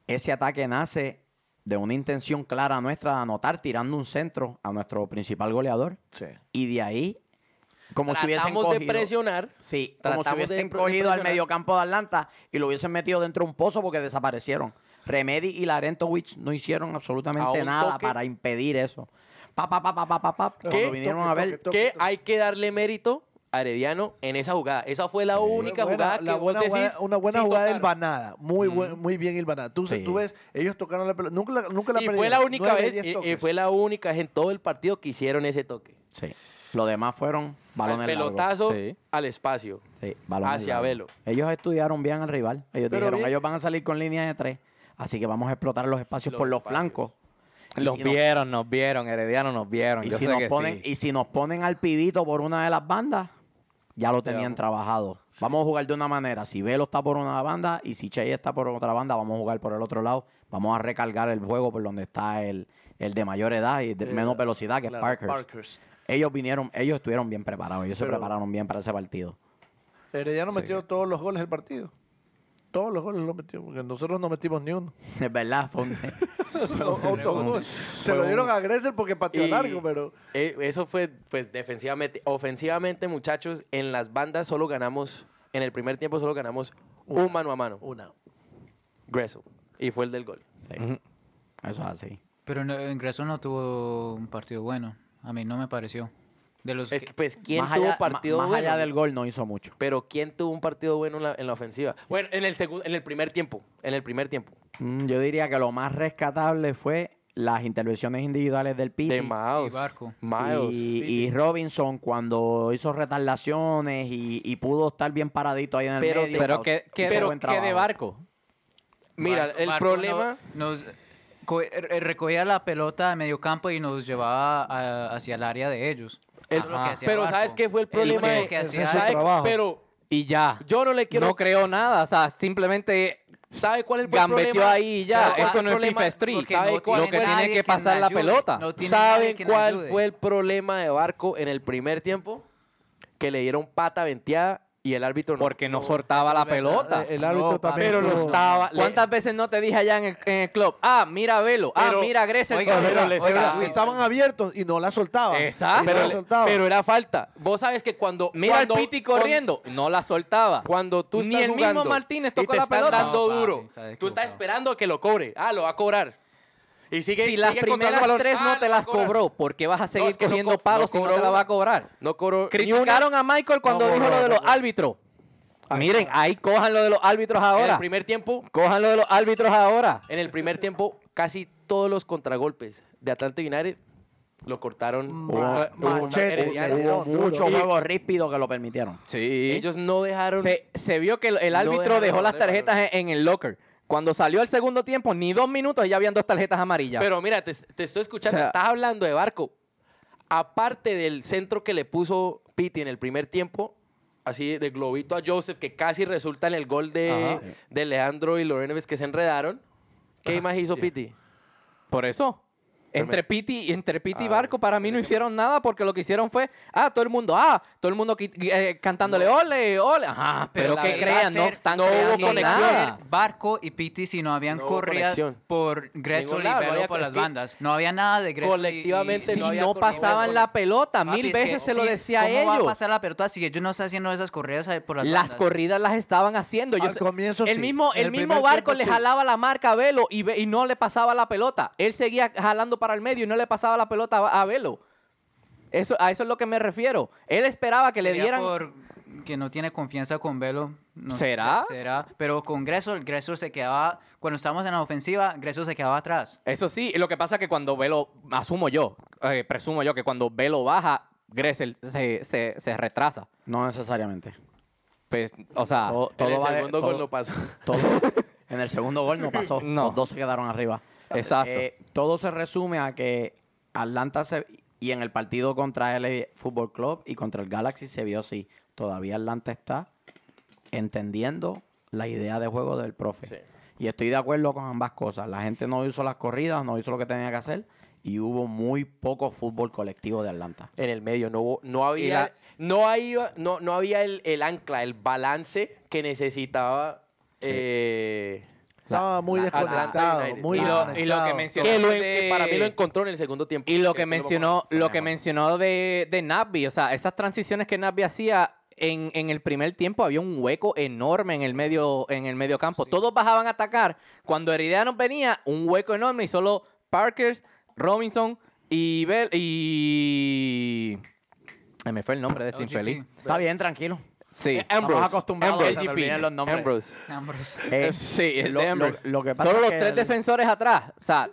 S1: ese ataque nace de una intención clara nuestra de anotar tirando un centro a nuestro principal goleador.
S2: Sí.
S1: Y de ahí, como si hubiesen
S4: Tratamos de
S1: cogido...
S4: presionar.
S1: Sí, como
S4: Tratamos
S1: si hubiesen
S4: de
S1: cogido al
S4: presionar.
S1: mediocampo de Atlanta y lo hubiesen metido dentro de un pozo porque desaparecieron. Remedy y Larentowicz no hicieron
S4: A
S1: absolutamente
S4: un
S1: nada
S4: toque.
S1: para impedir eso. Pa, pa, pa, pa, pa, pa, pa. Cuando vinieron
S2: Toque,
S1: a ver,
S2: toque,
S4: que
S2: toque.
S4: hay que darle mérito a Herediano en esa jugada. Esa fue la única
S2: Buena-
S4: jugada
S2: la
S4: que vos
S2: buena
S4: decís. Mm.
S2: jugada- una buena
S4: sin
S2: jugada
S4: tocar.
S2: hilvanada, muy buen- muy bien hilvanada. Tú,
S1: Sí.
S2: tú ves, ellos tocaron la pelota, nunca la, nunca la
S4: Y fue
S2: perdieron.
S4: la única
S2: Nueve,
S4: vez,
S2: diez
S4: y- y,
S2: toques.
S4: fue la única vez en todo el partido que hicieron ese toque.
S1: sí. Lo demás fueron
S4: Al
S1: balones largos.
S4: pelotazo
S3: Sí.
S4: al espacio.
S1: Sí, balones
S4: hacia
S1: largos.
S4: Velo.
S1: Ellos estudiaron bien al rival. Ellos
S2: Pero
S1: dijeron,
S2: bien-
S1: ellos van a salir con línea de tres, así que vamos a explotar los espacios
S4: Los
S1: por los
S4: espacios.
S1: flancos. Y
S3: Los
S1: si nos-
S3: vieron, nos vieron, Herediano nos vieron.
S1: Y
S3: yo
S1: si,
S3: sé
S1: nos
S3: que
S1: ponen,
S3: sí.
S1: y si nos ponen al pibito por una de las bandas, ya lo tenían trabajado. Vamos a jugar de una manera. Si Velo está por una banda y si Chey está por otra banda, vamos a jugar por el otro lado. Vamos a recargar el juego por donde está el, el de mayor edad y de
S2: Eh,
S1: menos velocidad, que
S2: Claro,
S1: es Parker.
S2: Parkers.
S1: Ellos vinieron, ellos estuvieron bien preparados. Ellos se
S2: Pero-
S1: prepararon bien para ese partido.
S2: Herediano metió todos los goles del partido. Todos los goles los metió, porque nosotros no metimos ni uno.
S1: Es verdad, fue un-
S2: Autogol. Se lo dieron a Gressel porque pateó
S4: Y-
S2: largo, pero
S4: eh, eso fue, pues, defensivamente. Ofensivamente, muchachos, en las bandas solo ganamos, en el primer tiempo solo ganamos un mano a mano.
S2: una.
S4: Gressel. Y fue el del gol.
S1: Sí.
S3: Ujú.
S1: Eso es así.
S5: Pero no, Ingreso no tuvo un partido bueno. A mí no me pareció. De los
S4: Es
S5: que-
S4: que, pues, ¿quién
S1: Más
S4: tuvo
S1: allá-
S4: partido
S1: ma- Más
S4: bueno?
S1: allá del gol no hizo mucho.
S4: Pero ¿quién tuvo un partido bueno en la, en la ofensiva? Bueno, en el segundo, en el primer tiempo. En el primer tiempo.
S1: Mm, Yo diría que lo más rescatable fue las intervenciones individuales del Piti.
S4: De Miles.
S5: y Barco.
S4: Miles.
S1: Y, y Robinson cuando hizo retardaciones y, y pudo estar bien paradito ahí en el
S4: Pero
S1: medio.
S4: te-
S3: Pero
S1: caus-
S3: que, que-
S1: hizo
S3: pero
S1: buen
S3: que
S1: trabajo.
S3: de barco.
S4: Mira,
S5: Bar-
S4: el
S5: Barco
S4: problema...
S5: no- nos co- eh, recogía la pelota de medio campo y nos llevaba a- hacia el área de ellos.
S4: El-
S5: Eso es lo que hacía
S4: pero
S5: Barco.
S4: ¿sabes qué fue el problema?
S5: único
S4: de-
S5: que hacía
S2: Ese es su
S4: ¿sabe-
S2: trabajo.
S4: Pero
S3: Y ya.
S4: yo no le quiero...
S3: No creo nada. O sea, simplemente
S4: ¿Sabe cuál fue el
S3: gambeteó
S4: problema?
S3: ahí y ya.
S4: ¿Sabe cuál
S3: Esto no es
S4: problema?
S3: FIFA Street.
S4: Porque ¿Sabe
S5: no
S4: cuál-
S3: Lo
S5: tiene
S3: que
S5: nadie
S3: tiene que
S5: que
S3: pasar
S5: me
S3: la
S5: ayude.
S3: pelota.
S5: No tiene nadie
S4: ¿Saben
S5: que nos
S4: cuál
S5: ayude?
S4: fue el problema de Barco en el primer tiempo? Que le dieron pata venteada y el árbitro no.
S3: Porque no soltaba
S5: eso
S3: la
S5: es verdad.
S3: pelota.
S2: El árbitro
S5: No,
S2: también.
S4: pero lo
S2: estuvo-
S4: estaba. le-
S3: ¿Cuántas veces no te dije allá en el, en el club? Ah, mira a Velo. Ah,
S4: Pero-
S3: mira a Gressel.
S4: Oiga,
S3: Ah,
S4: pero le-
S3: oiga,
S4: oiga,
S3: Luis.
S2: Estaban abiertos y no la soltaban.
S3: Exacto.
S2: Y no
S4: Ah, pero,
S2: la
S4: le-
S2: soltaban.
S4: pero era falta. Vos sabes que cuando.
S3: Mira al
S4: cuando-
S3: Piti corriendo. No la soltaba.
S4: Cuando tú
S3: Ni
S4: estás
S3: el mismo
S4: jugando
S3: Martínez
S4: y
S3: tocó
S4: te
S3: la
S4: están
S3: pelota.
S4: dando
S5: No, papi,
S4: duro,
S5: estás
S4: tú estás
S5: equivocado.
S4: esperando que lo cobre. Ah, lo va a cobrar. Y sigue,
S3: si las
S4: sigue controlando el
S3: primeras
S4: balón.
S3: tres
S4: Ah,
S3: no
S4: lo
S3: te
S4: va a
S3: las
S4: cobrar.
S3: cobró, ¿por qué vas a seguir
S4: es que no
S3: cogiendo
S4: co-
S3: palos
S4: no
S3: si no
S4: cobró
S3: te la va
S4: una.
S3: a cobrar?
S4: No cobró. ni una.
S3: Criticaron a Michael cuando
S2: No
S3: dijo
S2: cobró,
S3: lo de
S2: no
S3: los
S2: cobró.
S3: árbitros. Miren, ahí cojan lo de los árbitros
S4: En el
S3: ahora.
S4: primer tiempo,
S3: Cojan lo de los árbitros ahora.
S4: en el primer tiempo, casi todos los contragolpes de Atlanta United lo cortaron. Ah, lo cortaron
S2: machete,
S4: Herediano.
S2: le dieron duro.
S4: Y
S1: Muchos juegos ríspidos que lo permitieron.
S3: Sí.
S4: Ellos no dejaron.
S3: se, se vio que el, el
S4: No
S3: árbitro
S4: dejaron
S3: dejó las
S4: correr,
S3: tarjetas en, en el locker. Cuando salió el segundo tiempo, ni dos minutos, ya habían dos tarjetas amarillas.
S4: Pero mira, te, te estoy escuchando,
S3: O sea-
S4: estás hablando de barco. Aparte del centro que le puso Pitti en el primer tiempo, así de globito a Joseph, que casi resulta en el gol de, de Leandro y Loreneves que se enredaron. ¿Qué más hizo Pitti?
S3: Por eso.
S4: Pero
S3: Entre
S4: me-
S3: Piti, entre Piti y
S4: Ah,
S3: Barco para mí no hicieron nada porque lo que hicieron fue, ah, todo el mundo, ah, todo el mundo qui- eh, cantándole, ole, ole, ajá, pero,
S4: Pero la
S3: que
S4: verdad,
S3: crean, no
S5: ser-
S3: están
S4: no hubo
S3: creando
S4: conexión.
S3: nada.
S5: Barco y Pitti si no habían
S4: No hubo
S5: corridas
S4: conexión.
S5: por Gressel
S4: Ningún
S5: y
S4: lado, no
S5: Velo
S4: había-
S5: por
S4: es
S5: las
S4: que
S5: bandas. No había nada de Gressel y-
S4: Colectivamente
S5: y-
S3: Si
S4: no
S3: no,
S4: había conexión,
S3: pasaban
S4: no-
S3: la pelota,
S5: Papi,
S3: mil
S5: es que
S3: veces se lo
S5: si-
S3: decía a
S5: ¿Cómo va a
S3: ellos.
S5: pasar la pelota si ellos no están haciendo esas corridas eh, por las,
S3: Las
S5: bandas?
S3: corridas las estaban haciendo.
S2: Al
S3: Ellos-
S2: comienzo
S3: el
S2: sí.
S3: mismo,
S2: En
S3: el
S2: el
S3: mismo
S2: primer
S3: barco
S2: tiempo
S3: le
S2: sí.
S3: jalaba la marca a Velo y, ve- y no le pasaba la pelota. Él seguía jalando para el medio y no le pasaba la pelota a, a Velo. Eso, a eso es lo que me refiero. Él esperaba que le
S5: Sería
S3: dieran.
S5: por que no tiene confianza con Velo. No sé,
S3: ¿Será?
S5: Será. Pero con Gressel, Gressel se quedaba... Cuando estábamos en la ofensiva, Gressel se quedaba atrás.
S3: Eso sí, lo que pasa es que cuando Velo, asumo yo, eh, presumo yo que cuando Velo baja, Gressel se, se- se retrasa.
S1: No necesariamente.
S3: Pues, o sea,
S1: Todo,
S5: Oh,
S4: En
S1: todo
S4: el
S1: va de-
S4: segundo gol
S1: todo-
S4: no pasó.
S1: todo- en el segundo gol no pasó.
S3: No.
S1: Los dos se quedaron arriba.
S3: Exacto.
S1: Eh, todo se resume a que Atlanta se- y en el partido contra el Fútbol Club y contra el Galaxy se vio así. Todavía Atlanta está entendiendo la idea de juego del profe.
S4: Sí.
S1: Y estoy de acuerdo con ambas cosas. La gente no hizo las corridas, no hizo lo que tenía que hacer y hubo muy poco fútbol colectivo de Atlanta.
S4: En el medio no hubo- no
S3: Y
S4: había
S3: la-
S4: no había no, no había el, el ancla, el balance que necesitaba eh,
S2: Estaba muy
S4: la-
S2: desconectado.
S4: Atlanta United.
S2: muy
S3: y, lo, y lo que
S2: desconectado.
S3: mencionó
S4: que, lo-
S3: de-
S4: que para mí lo encontró en el segundo tiempo. Este
S3: Y lo
S4: Eso
S3: que
S4: es
S3: mencionó, lo que
S1: Fernando.
S3: mencionó de, de Nabby, o sea, esas transiciones que Nabby hacía en, en el primer tiempo había un hueco enorme en el medio, en el medio campo. Todos bajaban a atacar. Cuando Herediano venía, un hueco enorme y solo Parkers, Robinson y Bell y Ay, me fue el nombre de este
S5: LGP.
S3: infeliz.
S1: Está bien, tranquilo.
S3: Sí.
S4: Eh, Ambrose.
S1: Estamos acostumbrados a que se
S4: Ambrose.
S1: olviden los nombres.
S4: Ambrose.
S5: Ambrose.
S1: Eh,
S3: sí, el
S1: lo-
S3: de Ambrose.
S1: lo- lo que pasa
S3: Solo
S1: es
S3: los
S1: que
S3: tres
S1: el-
S3: defensores atrás. O sea,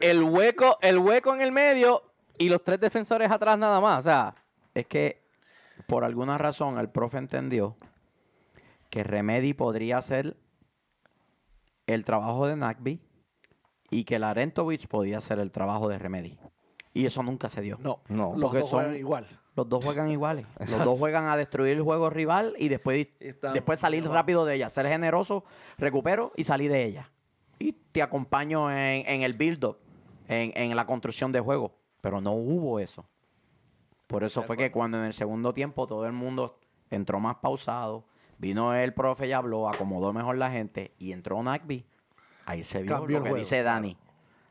S3: el hueco, el hueco en el medio y los tres defensores atrás nada más. O sea,
S1: es que por alguna razón el profe entendió que Remedy podría hacer el trabajo de Nagby y que Larentovich podía hacer el trabajo de Remedy. Y eso nunca se dio.
S2: No,
S3: No.
S2: los
S1: Porque
S2: dos juegan
S1: son-
S2: igual.
S1: Los dos juegan iguales. Los dos juegan a destruir el juego rival y después,
S2: Estamos
S1: después salir
S2: igual.
S1: rápido de ella. Ser generoso, recupero y salir de ella. Y te acompaño en, en el build-up, en, en la construcción de juego. Pero no hubo eso. Por eso fue que cuando en el segundo tiempo todo el mundo entró más pausado, vino el profe y habló, acomodó mejor la gente y entró Nagby. Ahí se vio
S2: Cambió
S1: lo
S2: el
S1: que
S2: juego,
S1: dice Dani.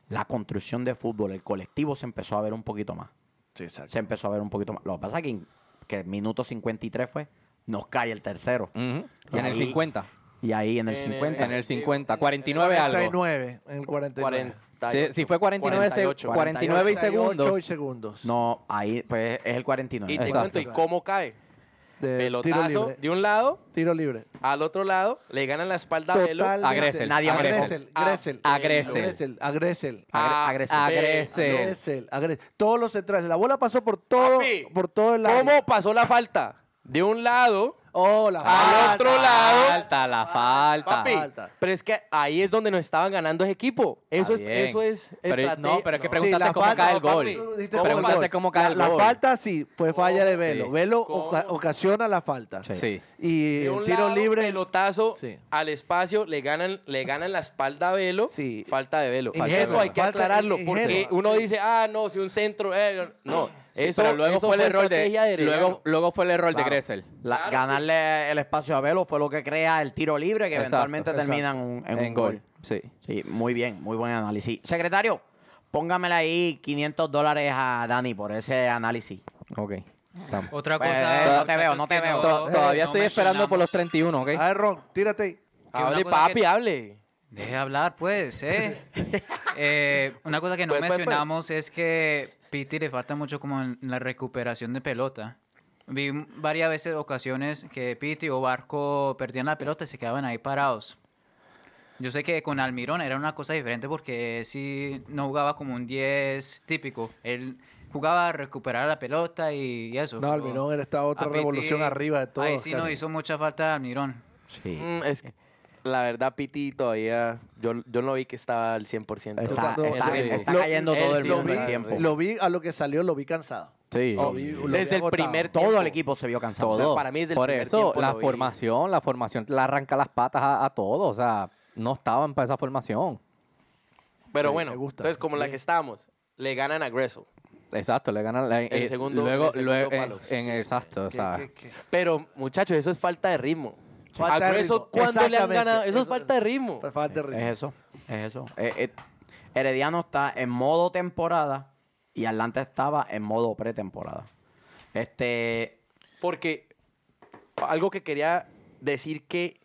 S1: La construcción de fútbol, el colectivo se empezó a ver un poquito más
S2: Sí, exacto.
S1: se empezó a ver un poquito más. Lo que pasa es que, que minuto 53 fue, nos cae el tercero.
S3: Y en el
S1: Ahí-
S3: 50.
S1: Y ahí en el 50.
S3: En el 50. 49 algo.
S2: 49, en el 49.
S4: 40.
S3: Si, si fue 49, se-
S4: 48.
S3: 49 y
S2: 48
S3: segundos.
S2: y segundos.
S1: No, ahí pues es el 49.
S4: Y te
S1: Exacto.
S4: cuento, ¿y cómo cae?
S3: Eh,
S2: De tiro
S4: Pelotazo
S2: libre.
S4: de un Ah, lado
S2: Tiro libre.
S4: al otro lado, le ganan la espalda a Velo.
S2: Totalmente.
S3: A Gressel,
S1: nadie
S2: A
S1: más.
S2: Gressel.
S4: A-
S2: Gressel.
S3: a Gressel.
S2: A Gressel.
S4: a-
S1: Agre-
S3: agresivo.
S4: a-
S2: A
S3: Gressel.
S2: Gressel, a Gressel. Todos los centrales. La bola pasó por todo,
S4: Papi,
S2: por todo el área.
S4: ¿Cómo pasó la falta? De un lado
S2: Oh, la
S4: al
S2: falta.
S4: otro lado.
S3: Falta, la falta.
S4: Papi,
S2: Falta.
S4: pero es que ahí es donde nos estaban ganando ese equipo. Eso es,
S3: Está bien.
S4: eso es
S3: Pero-
S4: estrategia.
S3: No, pero es que
S4: No.
S3: preguntaste
S2: Sí, la
S3: cómo
S2: falta,
S3: cae
S4: no,
S3: el gol.
S4: papi.
S2: Dijiste
S4: ¿Cómo
S3: Preguntaste
S2: gol.
S3: cómo cae
S2: La-
S3: el
S2: la
S3: gol.
S2: falta sí, fue falla de Velo.
S3: Sí.
S2: Velo
S4: ¿Cómo?
S2: oca- ocasiona la falta.
S1: Sí.
S3: Sí.
S2: Y
S4: De un
S2: el tiro
S4: lado,
S2: libre.
S4: pelotazo
S2: Sí.
S4: al espacio, le ganan, le ganan la espalda a Velo.
S2: Sí.
S4: Falta de Velo.
S2: Ingenua,
S4: eso hay que
S2: falta
S4: aclararlo,
S2: ingenua.
S4: porque uno dice, ah, no, si un centro. eh, no, Eso-
S3: pero luego
S4: eso
S3: fue el
S4: fue
S3: error de,
S4: estrategia de Herediano.
S3: luego, luego fue el error
S1: Claro.
S3: de Gressel.
S1: La-
S4: Claro,
S1: ganarle el espacio a Velo fue lo que crea el tiro libre que
S3: Exacto,
S1: eventualmente
S3: exacto.
S1: termina en un, en un gol.
S3: Sí.
S1: Sí, muy bien, muy buen análisis. Secretario, póngamele ahí 500 dólares a Dani por ese análisis.
S3: Ok. Estamos.
S5: Otra
S1: Pues,
S5: cosa.
S1: eh, no
S5: otra
S1: te
S5: cosa
S1: veo,
S5: es
S1: no
S5: que
S1: te veo.
S3: To- Todavía
S5: no
S3: estoy esperando por los 31, ¿ok?
S2: A
S4: Ah,
S2: ver, Ron, tírate.
S5: Que una
S4: Hable,
S5: cosa
S4: papi,
S5: que-
S4: hable.
S5: Deje hablar, pues, ¿eh? Eh, una cosa que no
S4: Pues, pues, pues.
S5: mencionamos es que Pitti le falta mucho como en la recuperación de pelota. Vi m- varias veces ocasiones que Pitti o Barco perdían la pelota y se quedaban ahí parados. Yo sé que con Almirón era una cosa diferente porque sí no jugaba como un 10 típico. Él jugaba a recuperar la pelota y y eso.
S2: No,
S5: pero
S2: Almirón, él estaba otra
S5: a Pitti-
S2: revolución arriba de todos,
S5: Ahí sí nos
S2: casi.
S5: hizo mucha falta Almirón.
S1: Sí.
S4: Mm, es que, la verdad, Piti todavía. Yo, yo no vi que estaba al 100%.
S1: Está,
S2: Yo
S1: está-
S2: cuando-
S1: está
S4: Él-
S2: lo-
S1: cayendo todo
S4: él
S1: el
S4: sí
S1: mundo
S4: lo
S1: en
S4: vi-
S1: tiempo.
S2: Lo vi a lo que salió, lo vi cansado.
S3: Sí.
S2: Lo vi- lo vi
S4: Desde el
S2: agotado.
S4: primer
S1: Todo
S4: tiempo.
S1: el equipo se vio cansado.
S4: O Oh, sea,
S3: Todo.
S4: para mí desde el
S3: Por
S4: primer
S3: eso,
S4: tiempo
S3: la
S4: lo vi.
S3: formación, la formación, le arranca las patas a, a todos. O sea, no estaban para esa formación.
S4: Pero
S2: Sí,
S4: bueno,
S2: me gusta.
S4: entonces, como la
S2: Bien.
S4: que estábamos, le ganan a Gressel.
S3: Exacto, le ganan la- eh,
S4: segundo-
S3: luego,
S4: el segundo
S3: luego- en-
S4: palo.
S3: En, exacto, o
S2: ¿Qué-
S3: sea,
S2: qué- qué?
S4: Pero, muchachos, eso es falta de ritmo.
S2: Falta
S4: a
S2: de
S4: Gressel,
S2: ritmo.
S4: ¿cuándo le han
S2: Exactamente.
S4: ganado? Eso es
S2: Eso-
S4: falta de ritmo.
S2: Pues falta de ritmo.
S1: Es eso, es eso. Eh, eh, Herediano está en modo temporada y Atlanta estaba en modo pretemporada. Este,
S4: Porque algo que quería decir que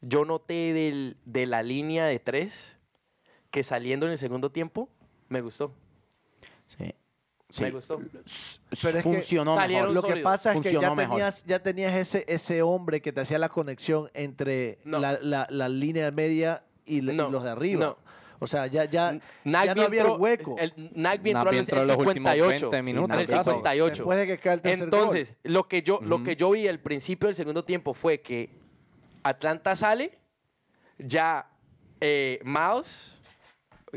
S4: yo noté del- de la línea de tres que saliendo en el segundo tiempo me gustó.
S1: sí, sí,
S4: Me gustó.
S2: Pero es que
S1: funcionó
S4: salieron
S1: mejor.
S2: Lo que
S4: sólidos.
S2: pasa es que ya
S1: Funcionó mejor.
S2: tenías, ya tenías ese, ese hombre que te hacía la conexión entre
S4: No.
S2: la, la- la línea media y, la- y
S4: No,
S2: los de arriba.
S4: no.
S2: O sea, ya, ya, ya
S4: Nagby
S2: no había
S4: entró-
S2: hueco.
S4: El, Nagby entró
S3: Nagby
S4: en el
S3: entró en los últimos
S4: 58.
S3: 20 minutos,
S4: en el
S1: claro.
S4: 58.
S2: Después de que cae el tercer
S4: Entonces, lo que yo lo
S3: Ujú.
S4: que yo vi al principio del segundo tiempo fue que Atlanta sale, ya eh, Miles,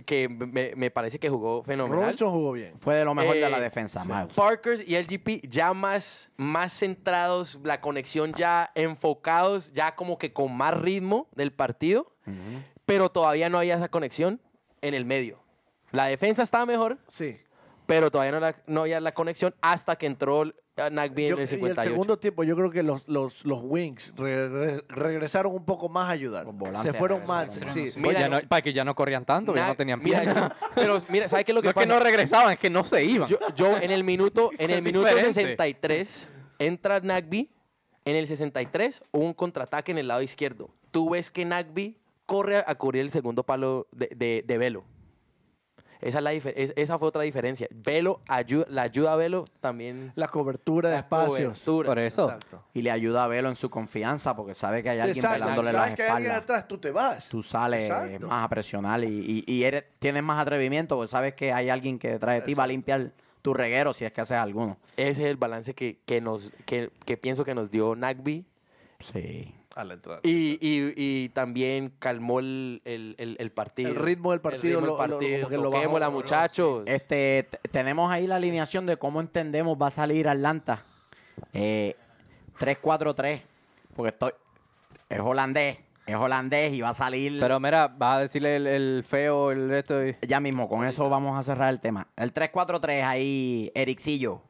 S4: que me, me parece que jugó
S2: gol.
S4: fenomenal.
S2: Robinson jugó bien.
S1: Fue de lo mejor de la
S4: Eh,
S1: defensa,
S4: sí.
S1: Miles.
S4: Parkers y LGP ya más, más centrados, la conexión ya enfocados, ya como que con más ritmo del partido, pero todavía no había esa conexión en el medio. La defensa estaba mejor,
S2: Sí.
S4: pero todavía no, la- no había la conexión hasta que entró el- eh, Nagby
S2: Yo-
S4: en el
S2: y el
S4: 58.
S2: segundo tiempo, yo creo que los, los, los Wings regre- regresaron un poco más a ayudar.
S1: Los volantes
S2: Se fueron más.
S1: regresaron.
S2: sí.
S4: Mira,
S3: Pues ya
S4: yo-
S3: no- para que ya no corrían tanto, ya
S4: Nag-
S3: no tenían
S4: mira,
S3: piernas.
S4: yo- pero mira, ¿sabes qué es lo que
S3: No es que
S4: pasa?
S3: no regresaban, es que no se iban.
S4: Yo, yo en el minuto, en
S3: Es
S4: el minuto
S3: diferente.
S4: 63 entra Nagby. En el 63 hubo un contraataque en el lado izquierdo. Tú ves que Nagby corre a, a cubrir el segundo palo de, de- de Velo. Esa, es la dife- es- esa fue otra diferencia. Velo ayu- la ayuda a Velo también.
S2: La cobertura de
S4: La
S2: espacios.
S4: cobertura.
S3: Por eso.
S2: Exacto.
S1: Y le ayuda a Velo en su confianza porque sabe que hay alguien
S2: Exacto.
S1: pelándole las
S2: Sabes que hay alguien
S1: espaldas.
S2: atrás, tú te vas.
S1: Tú sales
S2: Exacto.
S1: más a presionar y, y- y eres, tienes más atrevimiento porque sabes que hay alguien que detrás de ti va a limpiar tu reguero si es que haces alguno.
S4: Ese es el balance que, que nos, que, que pienso que nos dio Nagby.
S1: Sí.
S2: A la entrada.
S4: Y, y- y también calmó el, el- el- el partido.
S2: El ritmo del partido
S4: El
S2: lo- lo-
S4: ritmo del
S2: como
S4: partido.
S2: que lo bajó,
S4: Toquémosla,
S2: lo- lo-
S4: muchachos.
S1: Este, t- tenemos ahí la alineación de cómo entendemos va a salir Atlanta. Eh, 3-4-3. Porque estoy. Es holandés. Es holandés y va a salir.
S3: Pero mira, vas a decirle el, el feo, el esto. y-
S1: ya mismo, con eso vamos a cerrar el tema. El 3-4-3 ahí, Ericillo,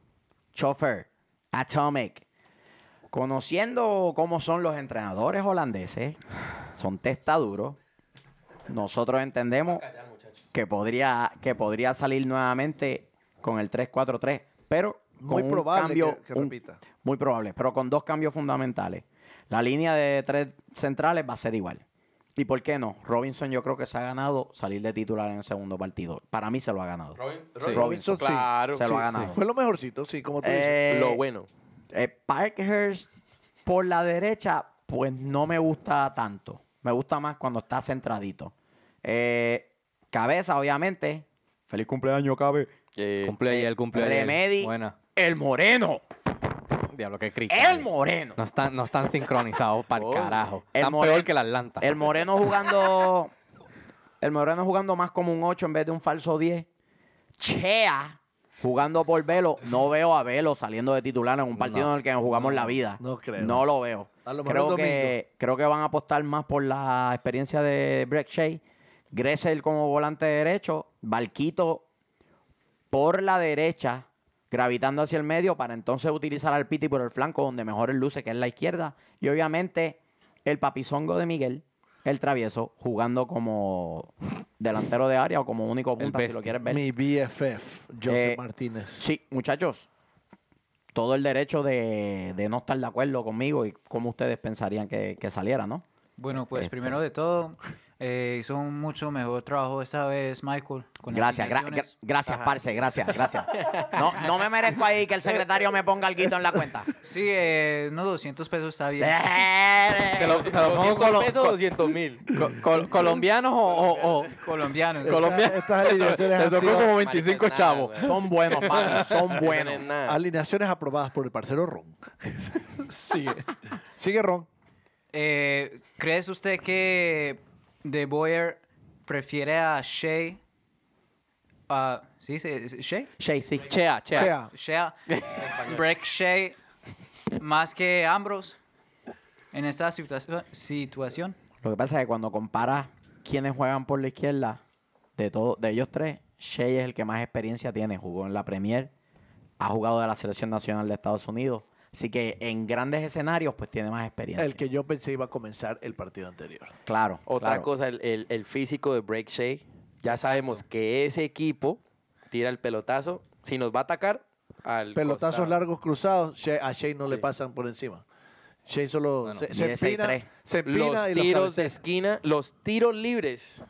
S1: Chofer, Atomic. Conociendo cómo son los entrenadores holandeses, son testaduros, nosotros entendemos que podría, que podría salir nuevamente con el 3-4-3, pero con
S2: Muy
S1: un
S2: probable
S1: cambio,
S2: que- que
S1: un-
S2: repita.
S1: muy probable, pero con dos cambios fundamentales. La línea de tres centrales va a ser igual. ¿Y por qué no? Robinson yo creo que se ha ganado salir de titular en el segundo partido. Para mí se lo ha ganado.
S4: Robinson,
S2: Robinson, sí.
S4: claro.
S1: Se lo
S4: sí.
S1: ha ganado.
S2: Fue lo mejorcito, sí, como tú dices.
S1: Eh,
S4: lo bueno.
S1: eh, Parkhurst por la derecha, pues no me gusta tanto. Me gusta más cuando está centradito. Eh, cabeza, obviamente. Feliz cumpleaños, Cabe.
S4: Eh,
S3: Cumple ayer, el cumple ayer.
S1: Remedy.
S3: Buena.
S1: El Moreno.
S3: Diablo, qué cristo.
S1: El Moreno.
S3: No están, no están sincronizados para el
S4: Oh.
S3: carajo.
S1: El
S3: Están
S1: Morel-
S3: peor que la Atlanta.
S1: El Moreno jugando. El Moreno jugando más como un 8 en vez de un falso 10. Chea jugando por Velo. No veo a Velo saliendo de titular en un partido
S3: No,
S1: en el que jugamos la vida.
S2: no creo.
S1: No lo veo.
S2: A lo mejor
S1: creo,
S2: el
S1: que, creo que van a apostar más por la experiencia de Breck Shea. Gressel como volante derecho. Barquito por la derecha. gravitando hacia el medio para entonces utilizar al Piti por el flanco donde mejor él luce, que es la izquierda. Y obviamente el papizongo de Miguel, el travieso, jugando como delantero de área o como único punta, si lo quieres ver.
S2: Mi BFF, José
S1: Eh,
S2: Martínez.
S1: Sí, muchachos, todo el derecho de, de no estar de acuerdo conmigo y cómo ustedes pensarían que, que saliera, ¿no?
S5: Bueno, pues
S1: Este.
S5: primero de todo, eh, hizo un mucho mejor trabajo esta vez Michael. Con las
S1: Gracias, gra-
S5: indicaciones.
S1: gra- gracias, parce, gracias, gracias. No, no me merezco ahí que el secretario me ponga algo en la cuenta.
S5: Sí, eh, unos 200 pesos está bien.
S1: Eh,
S3: Se lo, se lo pongo
S4: 200
S3: colo-
S4: pesos, 200 mil.
S3: col- col- colombianos o, o- o-
S5: Colombianos.
S3: colombianos.
S2: estas alineaciones
S3: Te
S2: han
S3: tocó
S2: sido-
S3: como 25
S4: Marica, nada,
S3: chavos.
S4: güey.
S1: Son buenos, padre, son
S4: No
S1: buenos.
S4: es nada.
S2: Alineaciones aprobadas por el parcero Ron. Sigue. Sigue Ron.
S5: Eh, ¿Crees usted que De Boyer prefiere a Shea? a- ¿Sí? se- se- ¿Shea?
S1: Shay, sí.
S3: Chea, chea.
S2: Chea.
S5: Shea. Break Shea más que Ambrose en esta situa- situación.
S1: Lo que pasa es que cuando comparas quienes juegan por la izquierda, de todo, de ellos tres, Shea es el que más experiencia tiene. Jugó en la Premier, ha jugado de la selección nacional de Estados Unidos. Así que en grandes escenarios, pues tiene más experiencia.
S2: El que yo pensé iba a comenzar el partido anterior.
S1: Claro.
S4: Otra
S1: claro.
S4: cosa, el, el- el físico de Break Shake. Ya sabemos que ese equipo tira el pelotazo. Si nos va a atacar, al
S2: Pelotazos
S4: costado.
S2: largos cruzados, Shea- a Shea no le
S4: Sí.
S2: pasan por encima. Shea solo se, se
S1: mide
S2: empina,
S1: 6'3".
S2: se empina
S4: Los
S2: y
S4: tiros de
S2: cabecea.
S4: esquina, los tiros libres.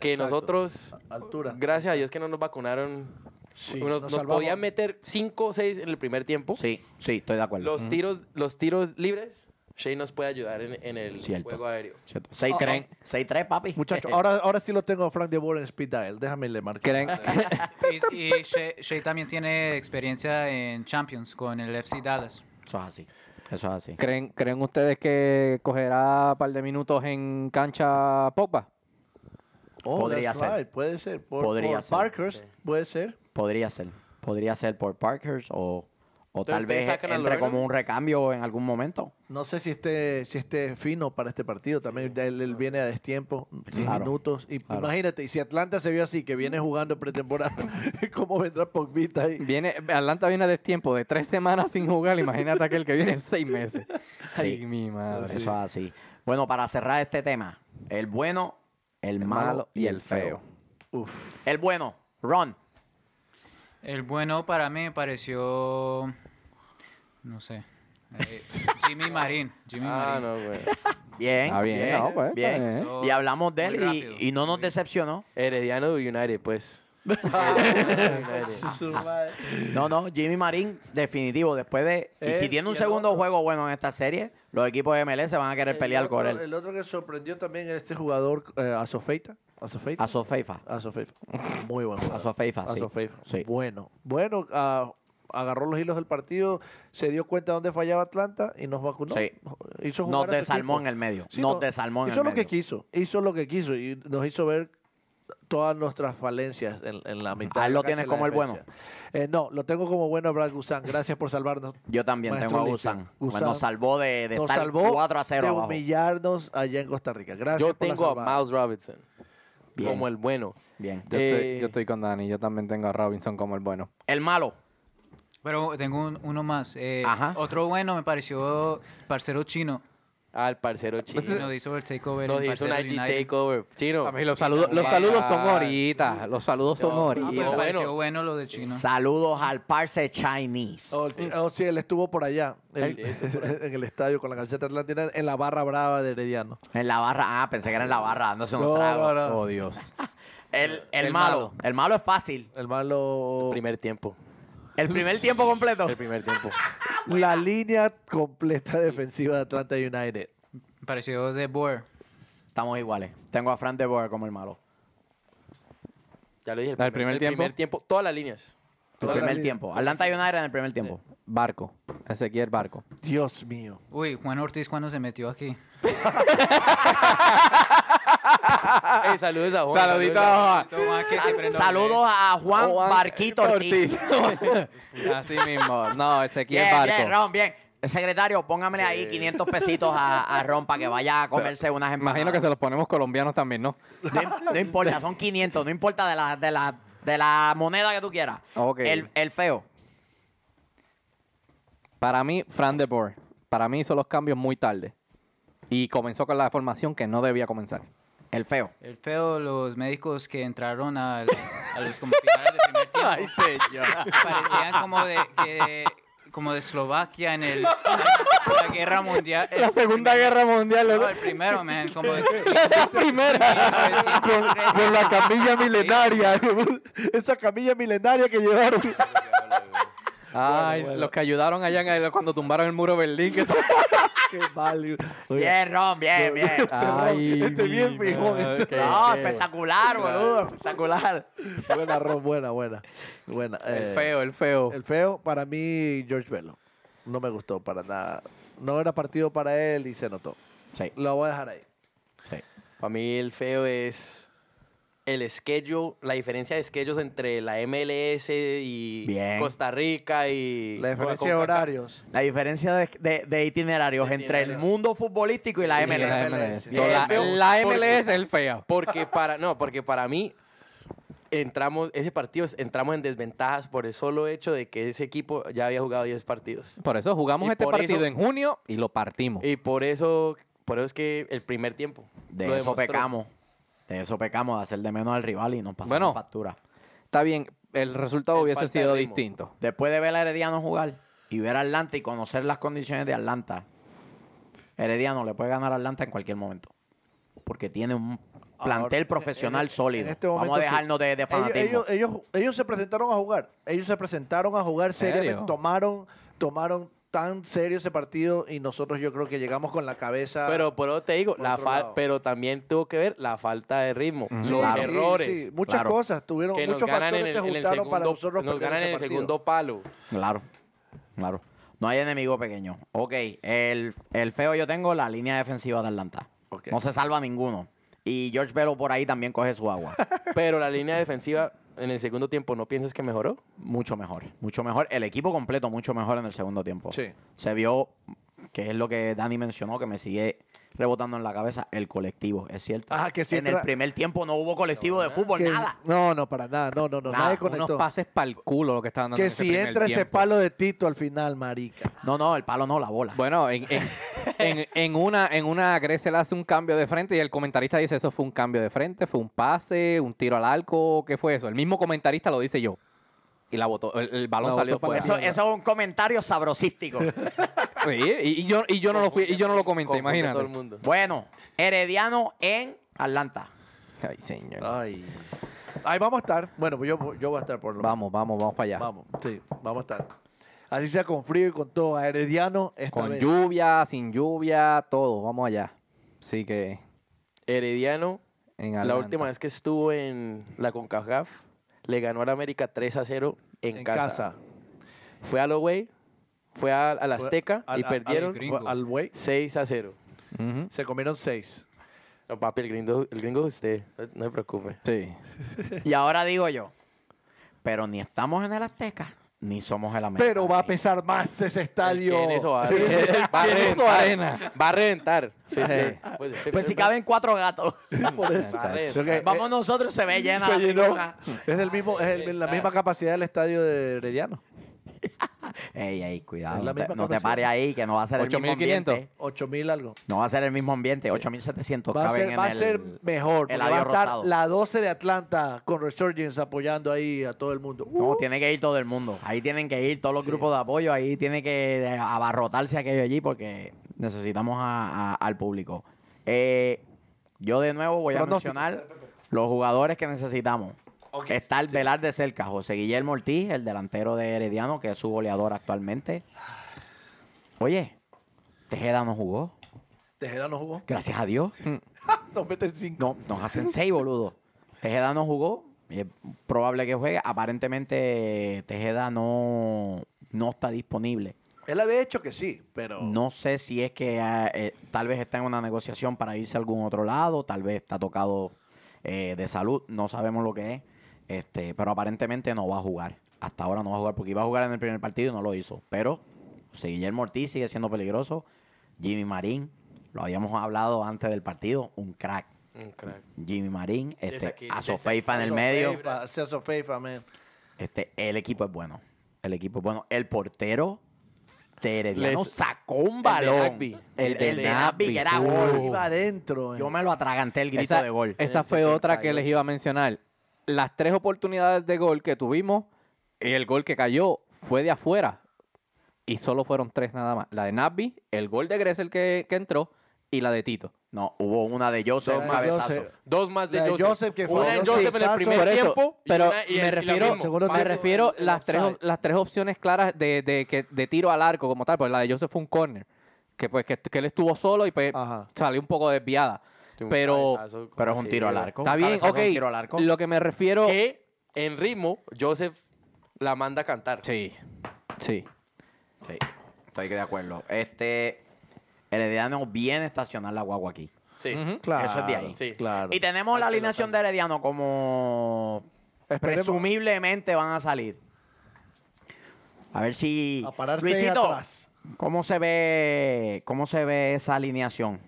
S4: Que
S2: Exacto.
S4: nosotros,
S2: altura.
S4: gracias a Dios que no nos vacunaron,
S2: Sí,
S4: nos, nos
S2: salvamos.
S4: podían meter 5 o 6 en el primer tiempo.
S1: Sí, sí, estoy de acuerdo.
S4: Los, tiros, los tiros libres, Shea nos puede ayudar en, en el
S1: Cierto.
S4: juego aéreo.
S1: Cierto.
S4: Ah,
S1: 6-3, 6-3, papi.
S2: Muchachos, ahora, ahora sí lo tengo a Frank de Boer en Speed Dial. Déjame le marcar.
S3: ¿Creen?
S5: Y, y Shea, Shea también tiene experiencia en Champions con el FC Dallas.
S1: Eso es así. Eso es así.
S3: ¿Creen, ¿Creen ustedes que cogerá un par de minutos en cancha Pogba?
S2: Oh,
S1: Podría
S2: that's
S1: ser.
S2: right, Puede ser. Por,
S1: Podría
S2: por
S1: ser.
S2: Parkers, puede ser.
S1: Podría ser. Podría ser por Parkers o, o tal
S4: Entonces, ¿ustedes
S1: vez
S4: sacan a
S1: entre
S4: Lorena?
S1: como un recambio en algún momento.
S2: No sé si esté, si esté fino para este partido. También ya él, él viene a destiempo, sin
S1: Claro,
S2: minutos. Y
S1: claro.
S2: Imagínate, y si Atlanta se vio así, que viene jugando pretemporada, ¿cómo vendrá Pogvita ahí?
S3: Viene, Atlanta viene de tiempo de tres semanas sin jugar. Imagínate aquel que viene en seis meses. Ay, mi madre.
S1: Eso es así. Bueno, para cerrar este tema, el bueno, el, malo, y el feo.
S2: Uf.
S1: El bueno, Ron.
S5: El bueno para mí me pareció. No sé. eh, Jimmy Marín. Jimmy
S4: Ah,
S5: Marín.
S4: no, güey.
S1: Bien,
S3: Está bien, no, pues, está
S1: bien.
S3: bien.
S1: Y hablamos de
S5: Muy
S1: él y-
S5: rápido,
S1: y, no nos
S5: muy-
S1: decepcionó.
S4: Herediano de United, pues.
S2: Ah,
S1: No, no, Jimmy Marín, definitivo. Después de. Y si
S2: Él
S1: tiene un
S2: Eh, y el
S1: segundo
S2: otro.
S1: juego bueno en esta serie, los equipos de MLS van a querer pelear
S2: otro,
S1: con él.
S2: El otro que sorprendió también es este jugador, eh, Azofeita. Azofeita.
S1: A Sofeifa.
S2: Azofeifa. Muy bueno.
S1: Azofeifa, sí. Sí.
S2: Bueno. Bueno, ah, agarró los hilos del partido, se dio cuenta de dónde fallaba Atlanta y nos vacunó.
S1: Sí.
S2: Hizo
S1: Nos
S2: jugar a su
S1: desarmó
S2: equipo.
S1: en el medio.
S2: Sí,
S1: nos
S2: no,
S1: desarmó en
S2: hizo
S1: el
S2: lo
S1: medio.
S2: que quiso, hizo lo que quiso y nos hizo ver todas nuestras falencias en, en la mitad.
S1: Ah,
S2: de la
S1: ¿lo
S2: cancha
S1: tienes
S2: y la
S1: como el bueno?
S2: defensa. Eh, no, lo tengo como bueno a Brad Guzán. Gracias por salvarnos.
S1: Yo también
S2: Maestro
S1: tengo a
S2: Limpio.
S1: Gusán.
S2: Gusán
S1: Nos salvó de, de
S2: nos
S1: estar
S2: salvó
S1: 4 a 0
S2: de
S1: abajo.
S2: humillarnos allá en Costa Rica. Gracias
S4: Yo
S2: por la
S4: tengo a
S2: salvada.
S4: Miles Robinson
S1: Bien.
S4: como el bueno.
S1: Bien.
S3: Yo,
S4: Eh,
S3: estoy, yo estoy con Dani. Yo también tengo a Robinson como el bueno.
S1: El malo.
S5: Pero tengo un- uno más. eh,
S1: Ajá.
S5: Otro bueno me pareció parcero chino.
S4: Al parcero chino.
S5: Y nos hizo Pues, el takeover.
S4: Nos
S5: en
S4: hizo un
S5: Parceros
S4: IG
S5: United.
S4: takeover. Chino.
S3: A mí los saludos, los
S4: Vaya.
S3: saludos son horitas. Los saludos son
S4: No, Y
S5: Ah, pero
S3: horitas.
S4: bueno.
S5: me pareció bueno lo de chino.
S1: Saludos al Parse Chinese.
S2: Oh, el- oh, sí, él estuvo por allá, él- en el estadio con la calceta atlantina, en la barra brava de Herediano.
S1: En la barra. Ah, pensé que era en la barra dándose unos
S2: No,
S1: tragos.
S2: no, no.
S3: Oh, Dios.
S1: El, el
S3: El
S1: malo.
S3: malo.
S1: El malo es fácil.
S2: El malo...
S4: Primer tiempo.
S1: El primer tiempo completo.
S4: El primer tiempo.
S2: la línea completa defensiva de Atlanta United.
S5: Me pareció de Boer.
S1: Estamos iguales. Tengo a Fran de Boer como el malo.
S4: Ya lo dije.
S3: Al primer tiempo.
S4: Todas las líneas.
S1: El
S2: Toda la
S1: primer
S2: línea.
S1: tiempo. Atlanta United en el primer tiempo.
S3: Barco. Ezequiel Barco.
S2: Dios mío.
S5: Uy, Juan Ortiz cuando se metió aquí.
S4: Ey, saludos a Juan.
S3: Saluditos
S4: saludos a-
S3: a
S5: Toma, que se prenda un
S1: Saludos a Juan,
S3: Oh, Juan
S1: Barquito Ortiz.
S3: Así mismo. No, Ezequiel
S1: Bien,
S3: Barco.
S1: bien, Ron, bien. Secretario, póngamele ahí 500 pesitos a, a Ron para que vaya a comerse unas empanadas.
S3: Imagino que se los ponemos colombianos también, ¿no?
S1: No, im- no importa, son 500, no importa de la, de la, de la moneda que tú quieras.
S3: Ok.
S1: El, el feo.
S3: Para mí, Fran de Boer. Para mí hizo los cambios muy tarde. Y comenzó con la formación que no debía comenzar.
S1: El feo.
S5: El feo, los médicos que entraron al- a los como finales del primer tiempo. Parecían como de, que- como de Eslovaquia en el, la, la guerra mundial. el primer-
S3: Mundial.
S5: No, el primero, man. Como de,
S3: la primera.
S5: 1913.
S2: la camilla milenaria. Esa camilla milenaria que llevaron.
S3: Ay, los que ayudaron allá en el- cuando tumbaron el muro de Berlín. que este son-
S2: Qué mal. Oye,
S1: Bien, Ron, bien, bien.
S3: Ay,
S2: este bien,
S3: mi
S2: frijón,
S3: madre,
S2: este-
S3: qué
S1: No,
S3: chévere.
S1: espectacular, boludo, espectacular.
S2: Buena, Ron, buena, buena. buena eh,
S3: El feo, el feo.
S2: El feo, para mí, George Velo. No me gustó para nada. No era partido para él y se notó.
S1: Sí.
S2: Lo voy a dejar ahí.
S4: Para mí el feo es el schedule, la diferencia de schedules entre la MLS y
S1: Bien.
S4: Costa Rica y...
S2: La diferencia
S4: con-
S2: de
S4: con-
S2: horarios.
S1: La diferencia de, de- de itinerarios
S4: De
S1: entre el
S4: itinerario.
S1: mundo futbolístico y la
S3: Sí,
S1: MLS.
S3: la MLS.
S1: Sí,
S3: So, la-
S4: feo,
S3: La
S4: porque-
S3: MLS es el feo.
S4: Porque para, no, porque para mí entramos, ese partido, es- entramos en desventajas por el solo hecho de que ese equipo ya había jugado 10 partidos.
S3: Por eso jugamos
S4: Y
S3: este
S4: por
S3: partido
S4: eso-
S3: en junio y lo partimos.
S4: Y por eso, por eso es que el primer tiempo
S1: De
S4: lo
S1: eso
S4: demostró.
S1: pecamos. De eso pecamos, de hacer de menos al rival y nos pasamos
S3: Bueno.
S1: factura.
S3: Está bien, el resultado
S4: El
S3: hubiese
S4: falta de
S3: sido
S4: ritmo.
S3: distinto.
S1: Después de ver a Herediano jugar y ver a Atlanta y conocer las condiciones de Atlanta, Herediano le puede ganar a Atlanta en cualquier momento. Porque tiene un plantel
S2: Ahora,
S1: profesional
S2: en- en
S1: sólido.
S2: este
S1: Vamos
S2: momento,
S1: a
S2: sí.
S1: dejarnos de, de
S2: Ellos,
S1: fanatismo.
S2: ellos, ellos, ellos se presentaron a jugar. Ellos se presentaron a jugar
S3: ¿Serio?
S2: seriamente. Tomaron, tomaron tan serio ese partido y nosotros yo creo que llegamos con la cabeza.
S4: Pero por eso te digo,
S2: Por
S4: la
S2: otro
S4: fal-
S2: lado.
S4: pero también tuvo que ver la falta de ritmo,
S2: Sí,
S4: los
S1: claro.
S2: sí,
S4: errores.
S2: sí, muchas
S1: claro.
S2: cosas tuvieron,
S4: Que nos
S2: muchos
S4: ganan en
S2: factores
S4: el,
S2: se
S4: en el
S2: juntaron
S4: segundo,
S2: para nosotros
S4: nos
S2: perder
S4: ganan en
S2: ese
S4: el
S2: partido.
S4: segundo palo.
S1: Claro, claro. No hay enemigo pequeño. Ok, el, el feo yo tengo la línea defensiva de Atlanta.
S2: Ok.
S1: No se salva ninguno. Y George Velo por ahí también coge su agua.
S4: Pero la línea defensiva en el segundo tiempo, ¿no piensas que mejoró?
S1: mucho mejor, mucho mejor. El equipo completo mucho mejor en el segundo tiempo.
S2: Sí.
S1: Se vio, que es lo que Dani mencionó, que me sigue rebotando en la cabeza, el colectivo, es cierto.
S2: Ah, que sí
S1: En
S2: entra-
S1: el primer tiempo no hubo colectivo de fútbol,
S2: Que-
S1: nada.
S2: No, no, para nada. No, no, no.
S1: Nada,
S2: nadie
S3: Unos
S2: conectó.
S3: pases para el culo lo que estaban dando.
S2: Que
S3: en ese
S2: si
S3: primer
S2: entra ese
S3: tiempo.
S2: palo de Tito al final, marica.
S1: No, no, el palo no, la bola.
S3: Bueno, en, en- en- en una, en una Grecia le hace un cambio de frente y el comentarista dice eso fue un cambio de frente, fue un pase, un tiro al arco, ¿qué fue eso? El mismo comentarista lo dice yo. Y la botó, el, el balón
S2: La
S3: salió
S2: botó para
S3: fuera.
S1: eso, eso es un comentario sabrosístico.
S3: Sí, y, y yo, y yo no lo fui, y yo no lo comenté,
S4: Confunde
S3: imagínate.
S4: todo el mundo.
S1: bueno, Herediano en Atlanta.
S3: Ay, señor.
S2: Ay. Ahí vamos a estar. Bueno, pues yo, yo voy a estar por lo menos.
S3: Vamos, vamos, vamos para allá.
S2: Vamos, sí, vamos a estar. Así sea con frío y con todo. A Herediano esta
S3: Con
S2: vez.
S3: lluvia, sin lluvia, todo, vamos allá. Así que
S4: Herediano,
S3: en
S4: la
S3: Atlanta.
S4: última vez que estuvo en la CONCACAF, le ganó a la América 3 a 0 en,
S2: en
S4: casa.
S2: casa.
S4: Fue a Lowey, fue a- al
S2: Fue
S4: Azteca
S2: al-
S4: y
S2: al-
S4: perdieron
S5: Gringo.
S2: Al güey
S4: 6 a 0.
S3: Ujú.
S2: se comieron seis.
S4: No, papi, el gringo, el gringo es usted, no- no se preocupe.
S3: Sí.
S1: Y ahora digo yo, pero ni estamos en el Azteca, ni somos el América.
S2: Pero va a
S1: de Cali.
S2: pesar más ese
S4: El
S2: estadio.
S4: que en eso va a
S2: Sí.
S4: reventar. Va a
S3: ¿Quién hizo
S4: reventar.
S3: arena?
S4: Va a reventar. Sí, sí.
S3: Sí.
S4: Pues,
S1: Pues si caben cuatro gatos.
S2: Por eso.
S4: Va a reventar.
S2: Creo que- eh,
S1: Vamos nosotros, se ve llena
S2: Se
S1: la
S2: llenó.
S1: tribuna.
S2: Es, del mismo, es el- la misma capacidad del estadio de Herediano.
S1: Ey, ey, cuidado.
S2: Es la
S1: No te,
S2: misma
S1: no te
S2: capacidad.
S1: pares ahí, que no va a ser el mismo
S3: 8.500.
S1: ambiente.
S2: 8000 algo.
S1: No va a ser el mismo ambiente. 8.700
S2: Va a
S1: caben
S2: ser,
S1: en
S2: va a
S1: el...
S2: ser mejor. porque
S1: el
S2: va a
S1: labio
S2: estar
S1: rosado.
S2: la 12 de Atlanta con Resurgence apoyando ahí a todo el mundo. Uh.
S1: No, tiene que ir todo el mundo. Ahí tienen que ir todos los
S2: Sí.
S1: grupos de apoyo. Ahí tiene que eh, abarrotarse aquello allí porque necesitamos a- a- al público. Eh, yo de nuevo voy a
S2: Pronóstico.
S1: mencionar los jugadores que necesitamos. Está el velar de cerca, José Guillermo Ortiz, el delantero de Herediano, que es su goleador actualmente. Oye, Tejeda no jugó.
S2: Tejera no jugó.
S1: Gracias a Dios.
S2: Nos meten 5.
S1: No, nos hacen seis, boludo. Tejeda no jugó. y Es probable que juegue. Aparentemente, Tejeda no, no está disponible.
S2: Él había hecho que sí, pero.
S1: No sé si es que ah, eh, tal vez está en una negociación para irse a algún otro lado. Tal vez está tocado eh, de salud. No sabemos lo que es. Este, pero aparentemente no va a jugar. Hasta ahora no va a jugar porque iba a jugar en el primer partido y no lo hizo. Pero si Guillermo Ortiz sigue siendo peligroso. Jimmy Marín, lo habíamos hablado antes del partido, un crack.
S4: Un crack.
S1: Jimmy Marín, este,
S4: Desequil-
S1: a Sofeifa en el
S2: Eso
S1: medio.
S2: Feifa, sea Sofeifa, man.
S1: Este, el equipo es bueno. El equipo es bueno. El portero Terediano
S2: Les-
S1: sacó un
S4: El de
S1: balón.
S4: Nagby.
S1: El
S4: El
S1: del
S4: de
S1: Nagby,
S4: Nagby.
S1: que era gol.
S2: Iba adentro. eh.
S1: Yo me lo atraganté el grito
S3: esa,
S1: de gol.
S3: esa
S4: El
S3: fue otra que
S4: 78.
S3: les iba a mencionar. Las tres oportunidades de gol que tuvimos, el gol que cayó fue de afuera. Y solo fueron tres nada más. La de Nabi, el gol de Gressel que, que entró y la de Tito.
S1: No, hubo una de Joseph, un
S2: Era
S1: cabezazo.
S2: Joseph.
S4: Dos más de
S2: La de
S4: Joseph.
S2: Joseph que fue
S4: una en
S2: un
S4: Joseph en el
S2: sesazo.
S4: primer
S3: Por eso,
S4: tiempo. y
S3: pero
S4: una- y
S3: me
S4: el- y la
S3: refiero-
S4: mismo.
S2: Seguro
S3: Me
S4: Paso-
S2: tiene-
S3: refiero
S2: el
S3: las tres
S2: offside.
S3: las tres opciones claras de, de, que- de tiro al arco como tal, pues la de Joseph fue un corner. Que pues que, que él estuvo solo y pues
S2: Ajá.
S3: salió un poco desviada.
S4: Tuvo un
S3: Pero
S4: cabezazo,
S1: Pero es un
S4: sí,
S1: tiro al
S4: ¿verdad?
S1: arco.
S3: está bien,
S1: Cabezazo,
S3: ok.
S1: un tiro al arco.
S3: Lo que me refiero.
S4: Que en ritmo, Joseph la manda a cantar.
S3: Sí. Sí.
S1: Sí, estoy de acuerdo. Este Herediano bien estacionar la guagua aquí.
S4: Sí.
S3: Ujú.
S2: Claro,
S1: Eso es de ahí.
S2: Sí. Claro.
S1: Y tenemos la
S4: Hay que
S1: alineación de
S4: notar.
S1: Herediano como
S2: Esperemos.
S1: presumiblemente van a salir. A ver si
S2: A pararse
S1: Luisito,
S2: atrás.
S1: ¿cómo se ve cómo se ve esa alineación?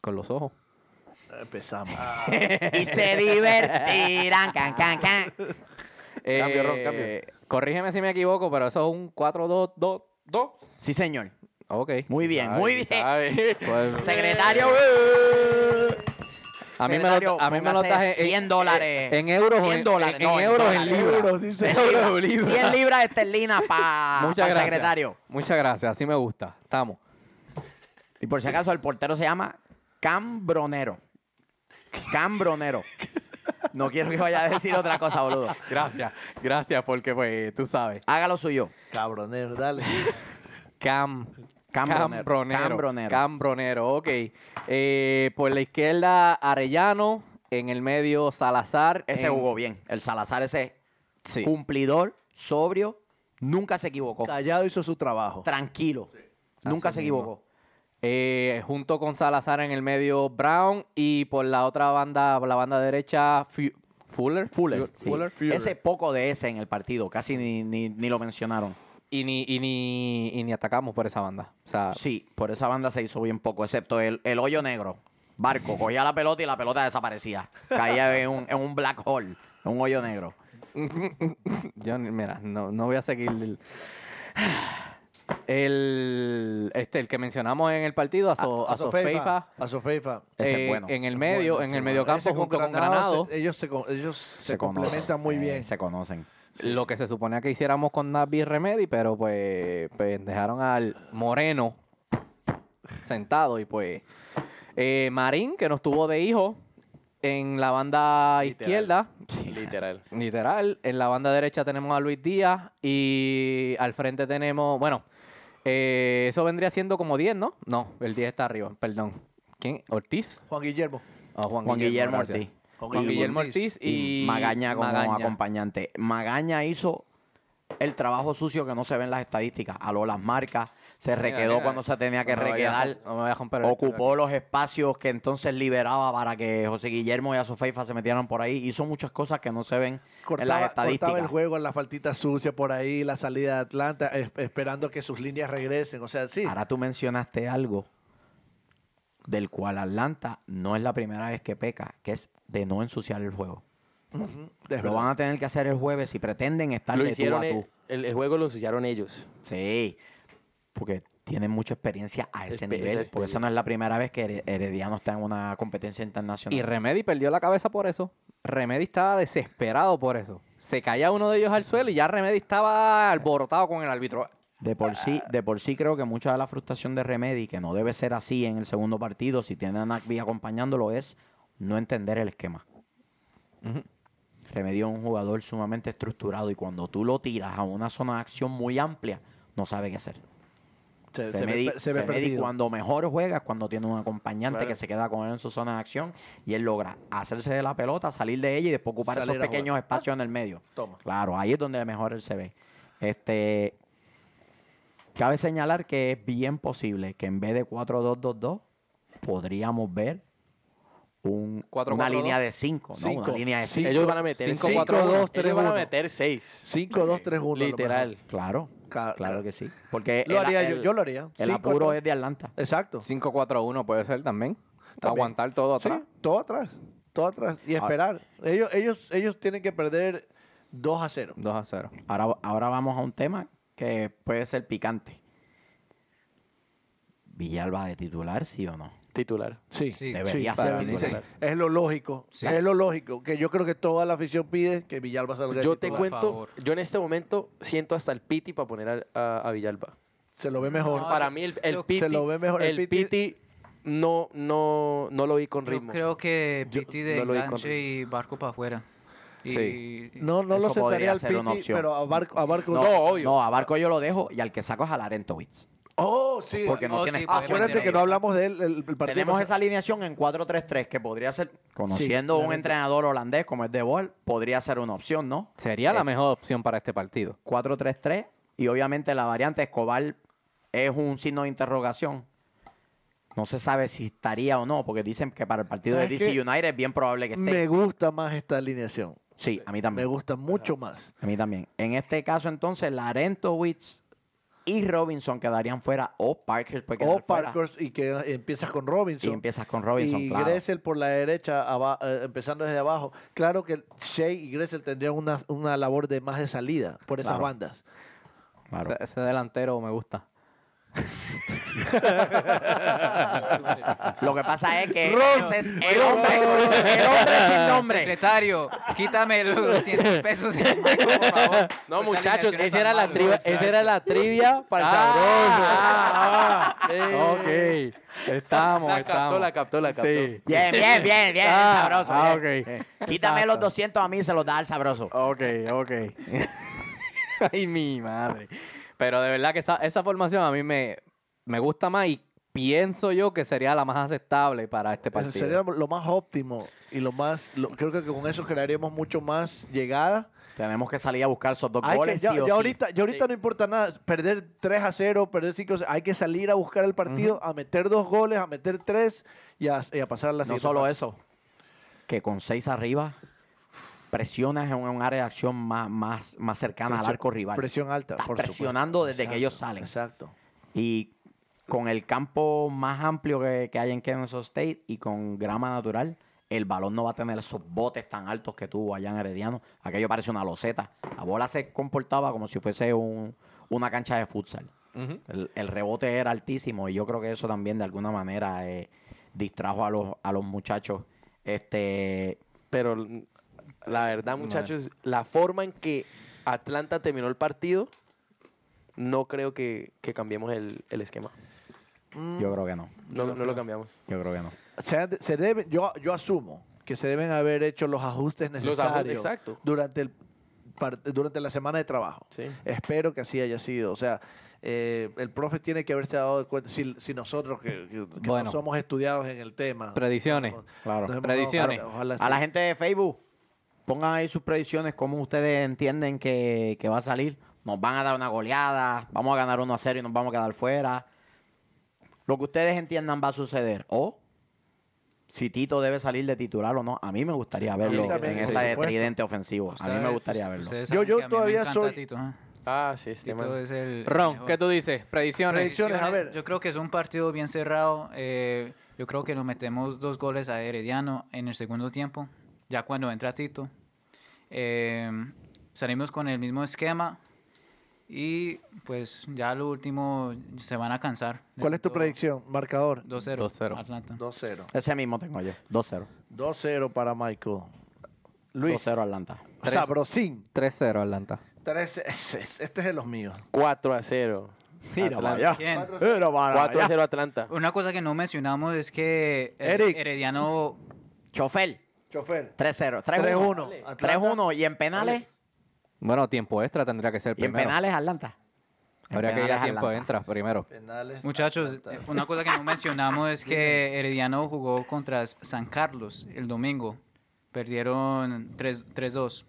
S3: Con los ojos.
S2: Empezamos.
S1: Ah. y se divertirán can can can.
S4: Cambio, Ron, cambio.
S3: Eh, Corrígeme si me equivoco, pero eso es un 4-2-2-2.
S1: Sí, señor.
S3: Ok.
S1: Muy
S3: Sí
S1: bien,
S3: sabe,
S1: muy
S3: sí
S1: bien.
S3: sabe. Pues,
S1: Secretario,
S3: a mí me
S1: secretario,
S3: lo, a mí me lo
S1: póngase
S3: das en,
S1: 100 dólares.
S3: en euros, o
S1: 100
S3: en,
S1: dólares,
S3: en,
S1: no, en
S3: euros, en
S1: dólares.
S3: libras.
S2: Euros, dice.
S3: Euros, en libras.
S1: 100 libras esterlinas Ah, para
S3: Muchas gracias.
S1: secretario.
S3: Muchas gracias, así me gusta. Estamos.
S1: Y por si acaso, el portero se llama Cambronero. Cambronero. No quiero que vaya a decir otra cosa, boludo.
S3: Gracias, gracias, porque pues tú sabes.
S1: Hágalo suyo.
S2: Cabronero, dale.
S3: Cam.
S1: Cambronero.
S3: Cambronero.
S1: Cambronero.
S3: Cambronero, ok. Eh, por la izquierda, Arellano. En el medio, Salazar.
S1: Ese
S3: en-
S1: jugó bien. El Salazar, ese
S3: Sí.
S1: cumplidor, sobrio, nunca se equivocó.
S2: Callado hizo su trabajo.
S1: Tranquilo. Nunca
S3: Así
S1: se
S3: mismo.
S1: equivocó.
S3: Eh, junto con Salazar en el medio, Brown. Y por la otra banda, por la banda derecha, Fu- Fuller.
S1: Fuller.
S3: Fu-
S1: sí.
S3: Fuller.
S1: Ese poco de ese en el partido. Casi ni, ni- ni lo mencionaron.
S3: Y, ni, y, ni, y ni atacamos por esa banda. O sea,
S1: Sí, por esa banda se hizo bien poco, excepto el, el hoyo negro. Barco, cogía la pelota y la pelota desaparecía. Caía en un, en un black hole, en un hoyo negro.
S3: Yo, ni- mira, no, no voy a seguir. El, el- este, el que mencionamos en el partido, a, so, a, Sofeifa,
S2: A Sofeifa.
S1: Ah, Ese es
S3: eh,
S1: bueno.
S3: En el medio,
S2: Bueno,
S3: en
S2: sí,
S3: el
S2: bueno. Ese
S3: mediocampo junto con
S2: Granado,
S3: Granado.
S2: se- ellos se, co- ellos se,
S1: conocen,
S2: complementan muy
S1: eh,
S2: bien.
S1: se conocen.
S3: Lo que se suponía que hiciéramos con Navi y Remedy, pero pues, pues dejaron al Moreno sentado y pues. eh, Marín, que nos tuvo de hijo en la banda
S4: Literal.
S3: izquierda.
S4: Literal.
S3: Literal, en la banda derecha tenemos a Luis Díaz y al frente tenemos, bueno, eh, eso vendría siendo como 10, ¿no? No, el 10 está arriba, perdón. ¿Quién? ¿Ortiz?
S2: Juan Guillermo.
S3: Ah,
S1: Juan Guillermo
S3: gracias.
S1: Ortiz.
S3: Juan Guillermo Ortiz y,
S1: Y Magaña como
S3: Magaña.
S1: acompañante. Magaña hizo el trabajo sucio que no se ve en las estadísticas. Aló las marcas, se
S3: Mira,
S1: requedó
S3: mira,
S1: cuando se tenía que
S3: no me voy a
S1: requedar.
S3: jom- no me voy a romper el-
S1: Ocupó los espacios que entonces liberaba para que José Guillermo y Asofeifa se metieran por ahí. Hizo muchas cosas que no se ven en las
S2: Cortaba,
S1: estadísticas.
S2: cortaba el juego en la faltita sucia por ahí, la salida de Atlanta, es- esperando que sus líneas regresen. O sea, sí.
S1: Ahora tú mencionaste algo del cual Atlanta no es la primera vez que peca, que es de no ensuciar el juego.
S2: es
S1: Lo
S2: verdad.
S1: van a tener que hacer el jueves si pretenden estar
S4: Lo
S1: de tú a
S4: hicieron,
S1: tú.
S4: e- el, el juego lo ensuciaron ellos.
S1: Sí, porque tienen mucha experiencia a ese
S4: Espe-
S1: nivel.
S4: esa
S1: Porque esa no es la primera vez que Hered- Herediano está en una competencia internacional.
S3: Y Remedy perdió la cabeza por eso. Remedy estaba desesperado por eso. Se caía uno de ellos al suelo y ya Remedy estaba alborotado con el árbitro.
S1: De por sí,
S4: Ah.
S1: de por sí creo que mucha de la frustración de Remedy, que no debe ser así en el segundo partido, si tiene a Nagby acompañándolo, es no entender el esquema. Remedy es un jugador sumamente estructurado y cuando tú lo tiras a una zona de acción muy amplia, no sabe qué hacer.
S2: Se, se
S1: Remedy,
S2: ve, se ve
S1: Remedy
S2: perdido.
S1: cuando mejor juega es cuando tiene un acompañante
S2: Claro.
S1: que se queda con él en su zona de acción y él logra hacerse de la pelota, salir de ella y después ocupar
S2: Salir
S1: esos
S2: a jugar. Ah.
S1: pequeños espacios en el medio.
S2: Toma.
S1: Claro, ahí es donde mejor él se ve. Este, cabe señalar que es bien posible que en vez de 4-2-2-2 podríamos ver un-
S3: 4-4-2.
S1: una línea de 5, ¿no? Una
S2: Cinco.
S1: línea de
S2: Cinco.
S1: 5.
S4: ellos van a meter
S2: cinco,
S4: seis.
S2: cuatro, dos,
S4: Ellos
S2: tres,
S4: van a
S2: uno.
S4: meter seis.
S2: 5, 2, 3, 1.
S4: Literal.
S1: Claro,
S2: Ca-
S1: claro
S2: ca-
S1: que sí. Porque
S2: Lo
S1: el-
S2: haría
S1: el-
S2: yo, yo lo haría.
S1: El
S2: Cinco,
S1: apuro
S2: tres.
S1: es de Atlanta.
S2: Exacto.
S3: 5-4-1 puede ser también.
S2: También.
S3: Aguantar todo atrás.
S2: Sí, todo atrás. Todo atrás. Y esperar. Ellos, ellos, ellos tienen que perder 2 a 0.
S3: 2 a 0.
S1: Ahora, ahora vamos a un tema que puede ser picante. Villalba de titular, sí o no.
S4: Titular.
S2: Sí,
S5: Sí.
S1: Debería
S2: para
S1: ser
S2: mí
S1: titular.
S2: sí. Es lo lógico.
S5: Sí.
S2: Es lo lógico. Que yo creo que toda la afición pide que Villalba salga. de
S4: Yo te
S2: titular.
S5: Por
S4: cuento,
S5: favor.
S4: yo en este momento siento hasta el piti para poner al- a, a Villalba.
S2: Se lo ve mejor.
S5: No,
S4: para
S5: yo-
S4: mí el, el
S5: yo-
S4: piti,
S2: Se lo ve mejor. El
S4: el
S2: Piti-
S4: Piti no, no, no lo vi con
S5: Yo
S4: ritmo.
S5: creo que
S4: Yo
S5: Piti de
S4: no lo vi con
S5: enganche y barco para afuera. Y,
S1: Sí.
S2: No, no lo
S1: Eso podría
S2: sentaría al
S1: ser una
S2: Piti,
S1: opción.
S2: pero a Barco... A barco
S4: No, obvio.
S1: No, a Barco yo lo dejo y al que saco es a Larentovich.
S2: Oh, sí.
S1: Porque no
S5: Oh,
S1: tiene
S5: sí,
S1: espacio
S2: Acuérdate
S1: entre
S2: que no
S1: ellos.
S2: hablamos de él el, el partido.
S1: Tenemos
S2: pasado.
S1: esa alineación en 4-3-3 que podría ser, conociendo un
S2: claramente.
S1: entrenador holandés como es De Boer, podría ser una opción, ¿no?
S3: Sería
S1: Eh,
S3: la mejor opción para este partido.
S1: 4-3-3 y obviamente la variante Escobar es un signo de interrogación. No se sabe si estaría o no, porque dicen que para el partido de
S2: ¿Sabes
S1: DC
S2: qué?
S1: United es bien probable que esté.
S2: Me gusta más esta alineación.
S1: Sí, a mí
S2: Me
S1: también.
S2: gusta mucho más.
S1: A mí también. En este caso, entonces, Larentowitz y Robinson quedarían fuera o Parker puede quedar
S2: O
S1: fuera.
S2: Parkhurst y que empiezas con
S1: Y
S2: Robinson.
S1: empiezas con Robinson,
S2: y
S1: claro.
S2: Gressel por la derecha, aba- eh, empezando desde abajo. Claro que Shea y Gressel tendrían una, una labor de más de salida por esas
S1: Claro.
S2: bandas.
S1: Claro.
S3: Ese, ese delantero me gusta.
S1: Lo que pasa es que
S2: Ron,
S1: ese es el hombre, el hombre sin nombre.
S5: Secretario, quítame los 200 pesos de Marco, por favor. Pues
S4: No,
S5: Esa
S4: muchachos,
S5: alineación es
S4: esa era, la
S5: armada.
S4: trivia, esa era la trivia para el
S3: Ah,
S4: sabroso. Eh,
S3: Ok. Estamos,
S4: La captó,
S3: estamos.
S4: la captó, la captó.
S3: Sí.
S1: Bien, bien, bien, bien,
S3: Ah,
S1: sabroso.
S3: ah,
S1: bien.
S3: ok.
S1: Quítame
S3: Exacto.
S1: los 200 a mí y se los da al sabroso.
S3: Ok, ok. Ay, mi madre. Pero de verdad que esa, esa formación a mí me, me gusta más y pienso yo que sería la más aceptable para este
S2: Eso
S3: partido.
S2: Sería lo más óptimo y lo más. lo- creo que con eso crearíamos mucho más llegada.
S1: Tenemos que salir a buscar esos dos
S2: Hay que-
S1: goles.
S2: ya,
S1: sí o
S2: ya
S1: sí.
S2: ahorita, ya ahorita
S4: Sí.
S2: no importa nada. Perder 3 a 0, perder 5 a 0. Hay que salir a buscar el partido, a meter dos goles, a meter tres y a, y a pasar a la
S1: No
S2: siguiente
S1: solo
S2: fase.
S1: eso, que con seis arriba presionas en un área de acción más, más, más cercana al
S2: Presión-
S1: arco rival.
S2: Presión alta.
S1: Estás
S2: por supuesto.
S1: presionando desde que ellos
S2: Exacto,
S1: salen.
S2: Exacto.
S1: Y con el campo más amplio que, que hay en Kansas State y con grama natural, el balón no va a tener esos botes tan altos que tuvo allá en Herediano. Aquello parece una loseta. La bola se comportaba como si fuese un- una cancha de futsal.
S3: Ujú.
S1: El, el rebote era altísimo y yo creo que eso también de alguna manera eh, distrajo a los, a los muchachos. Este,
S4: Pero l- la verdad, muchachos, la forma en que Atlanta terminó el partido, no creo que, que cambiemos el, el esquema.
S1: yo creo que no.
S4: No, no lo cambiamos.
S1: Yo creo que no.
S2: se, han de- se debe, yo, yo asumo que se deben haber hecho los ajustes
S4: ajustes,
S2: necesarios
S4: exacto.
S2: durante, el, par- durante la semana de trabajo.
S4: Sí.
S2: Espero que así haya sido. O sea, eh, el profe tiene que haberse dado de cuenta, si, si nosotros que, que- que
S3: Bueno.
S2: no somos estudiados en el tema.
S3: Predicciones.
S1: Claro.
S2: nos hemos dado
S3: Predicciones.
S2: cuenta. Ojalá
S1: A
S2: sí.
S1: la gente de Facebook, pongan ahí sus predicciones, cómo ustedes entienden que, que va a salir. Nos van a dar una goleada, vamos a ganar 1 a 0 y nos vamos a quedar fuera. Lo que ustedes entiendan va a suceder. O si Tito debe salir de titular o no. A mí me gustaría verlo
S2: también,
S1: en
S2: sí,
S1: ese
S2: por supuesto.
S1: tridente ofensivo. A mí me
S5: Ustedes-
S1: gustaría verlo.
S5: ustedes
S2: Yo-
S5: saben
S2: yo
S5: que a mí me
S2: todavía
S5: encanta
S2: soy-
S5: Tito, ¿eh?
S4: Ah, sí, este
S5: Tito
S4: man.
S5: es el- el
S3: Ron,
S5: mejor.
S3: ¿qué tú dices? Predicciones.
S2: Predicciones, a ver.
S5: Yo creo que es un partido bien cerrado. eh, yo creo que nos metemos dos goles a Herediano en el segundo tiempo, ya cuando entra Tito. Eh, salimos con el mismo esquema y pues ya lo último se van a cansar.
S2: ¿Cuál es tu predicción? Marcador.
S5: 2-0.
S3: 2-0.
S5: Atlanta.
S2: 2-0.
S1: Ese mismo tengo yo. 2-0.
S2: 2-0 para Michael. Luis.
S1: 2-0 Atlanta.
S2: Sabrosín.
S3: 3-0 Atlanta.
S2: 3 Este es de los míos.
S4: 4 a 0.
S1: Mira para
S4: Atlanta.
S1: allá.
S5: ¿Quién?
S1: Mira para
S4: 4 a
S1: allá.
S4: 0 Atlanta.
S5: Una cosa que no mencionamos es que el
S2: Eric.
S5: Herediano
S1: Chofer,
S2: Chofer.
S1: 3-0.
S2: 3-1.
S1: 3-1. 3-1. Y en penales.
S3: Bueno, tiempo extra tendría que ser
S1: Y en
S3: primero.
S1: penales Atlanta. En
S3: Habría que ir a
S1: penales,
S3: tiempo
S1: Atlanta.
S3: extra primero.
S2: Penales.
S5: Muchachos, eh, una cosa que no mencionamos es que Herediano jugó contra San Carlos el domingo. Perdieron 3 3-2.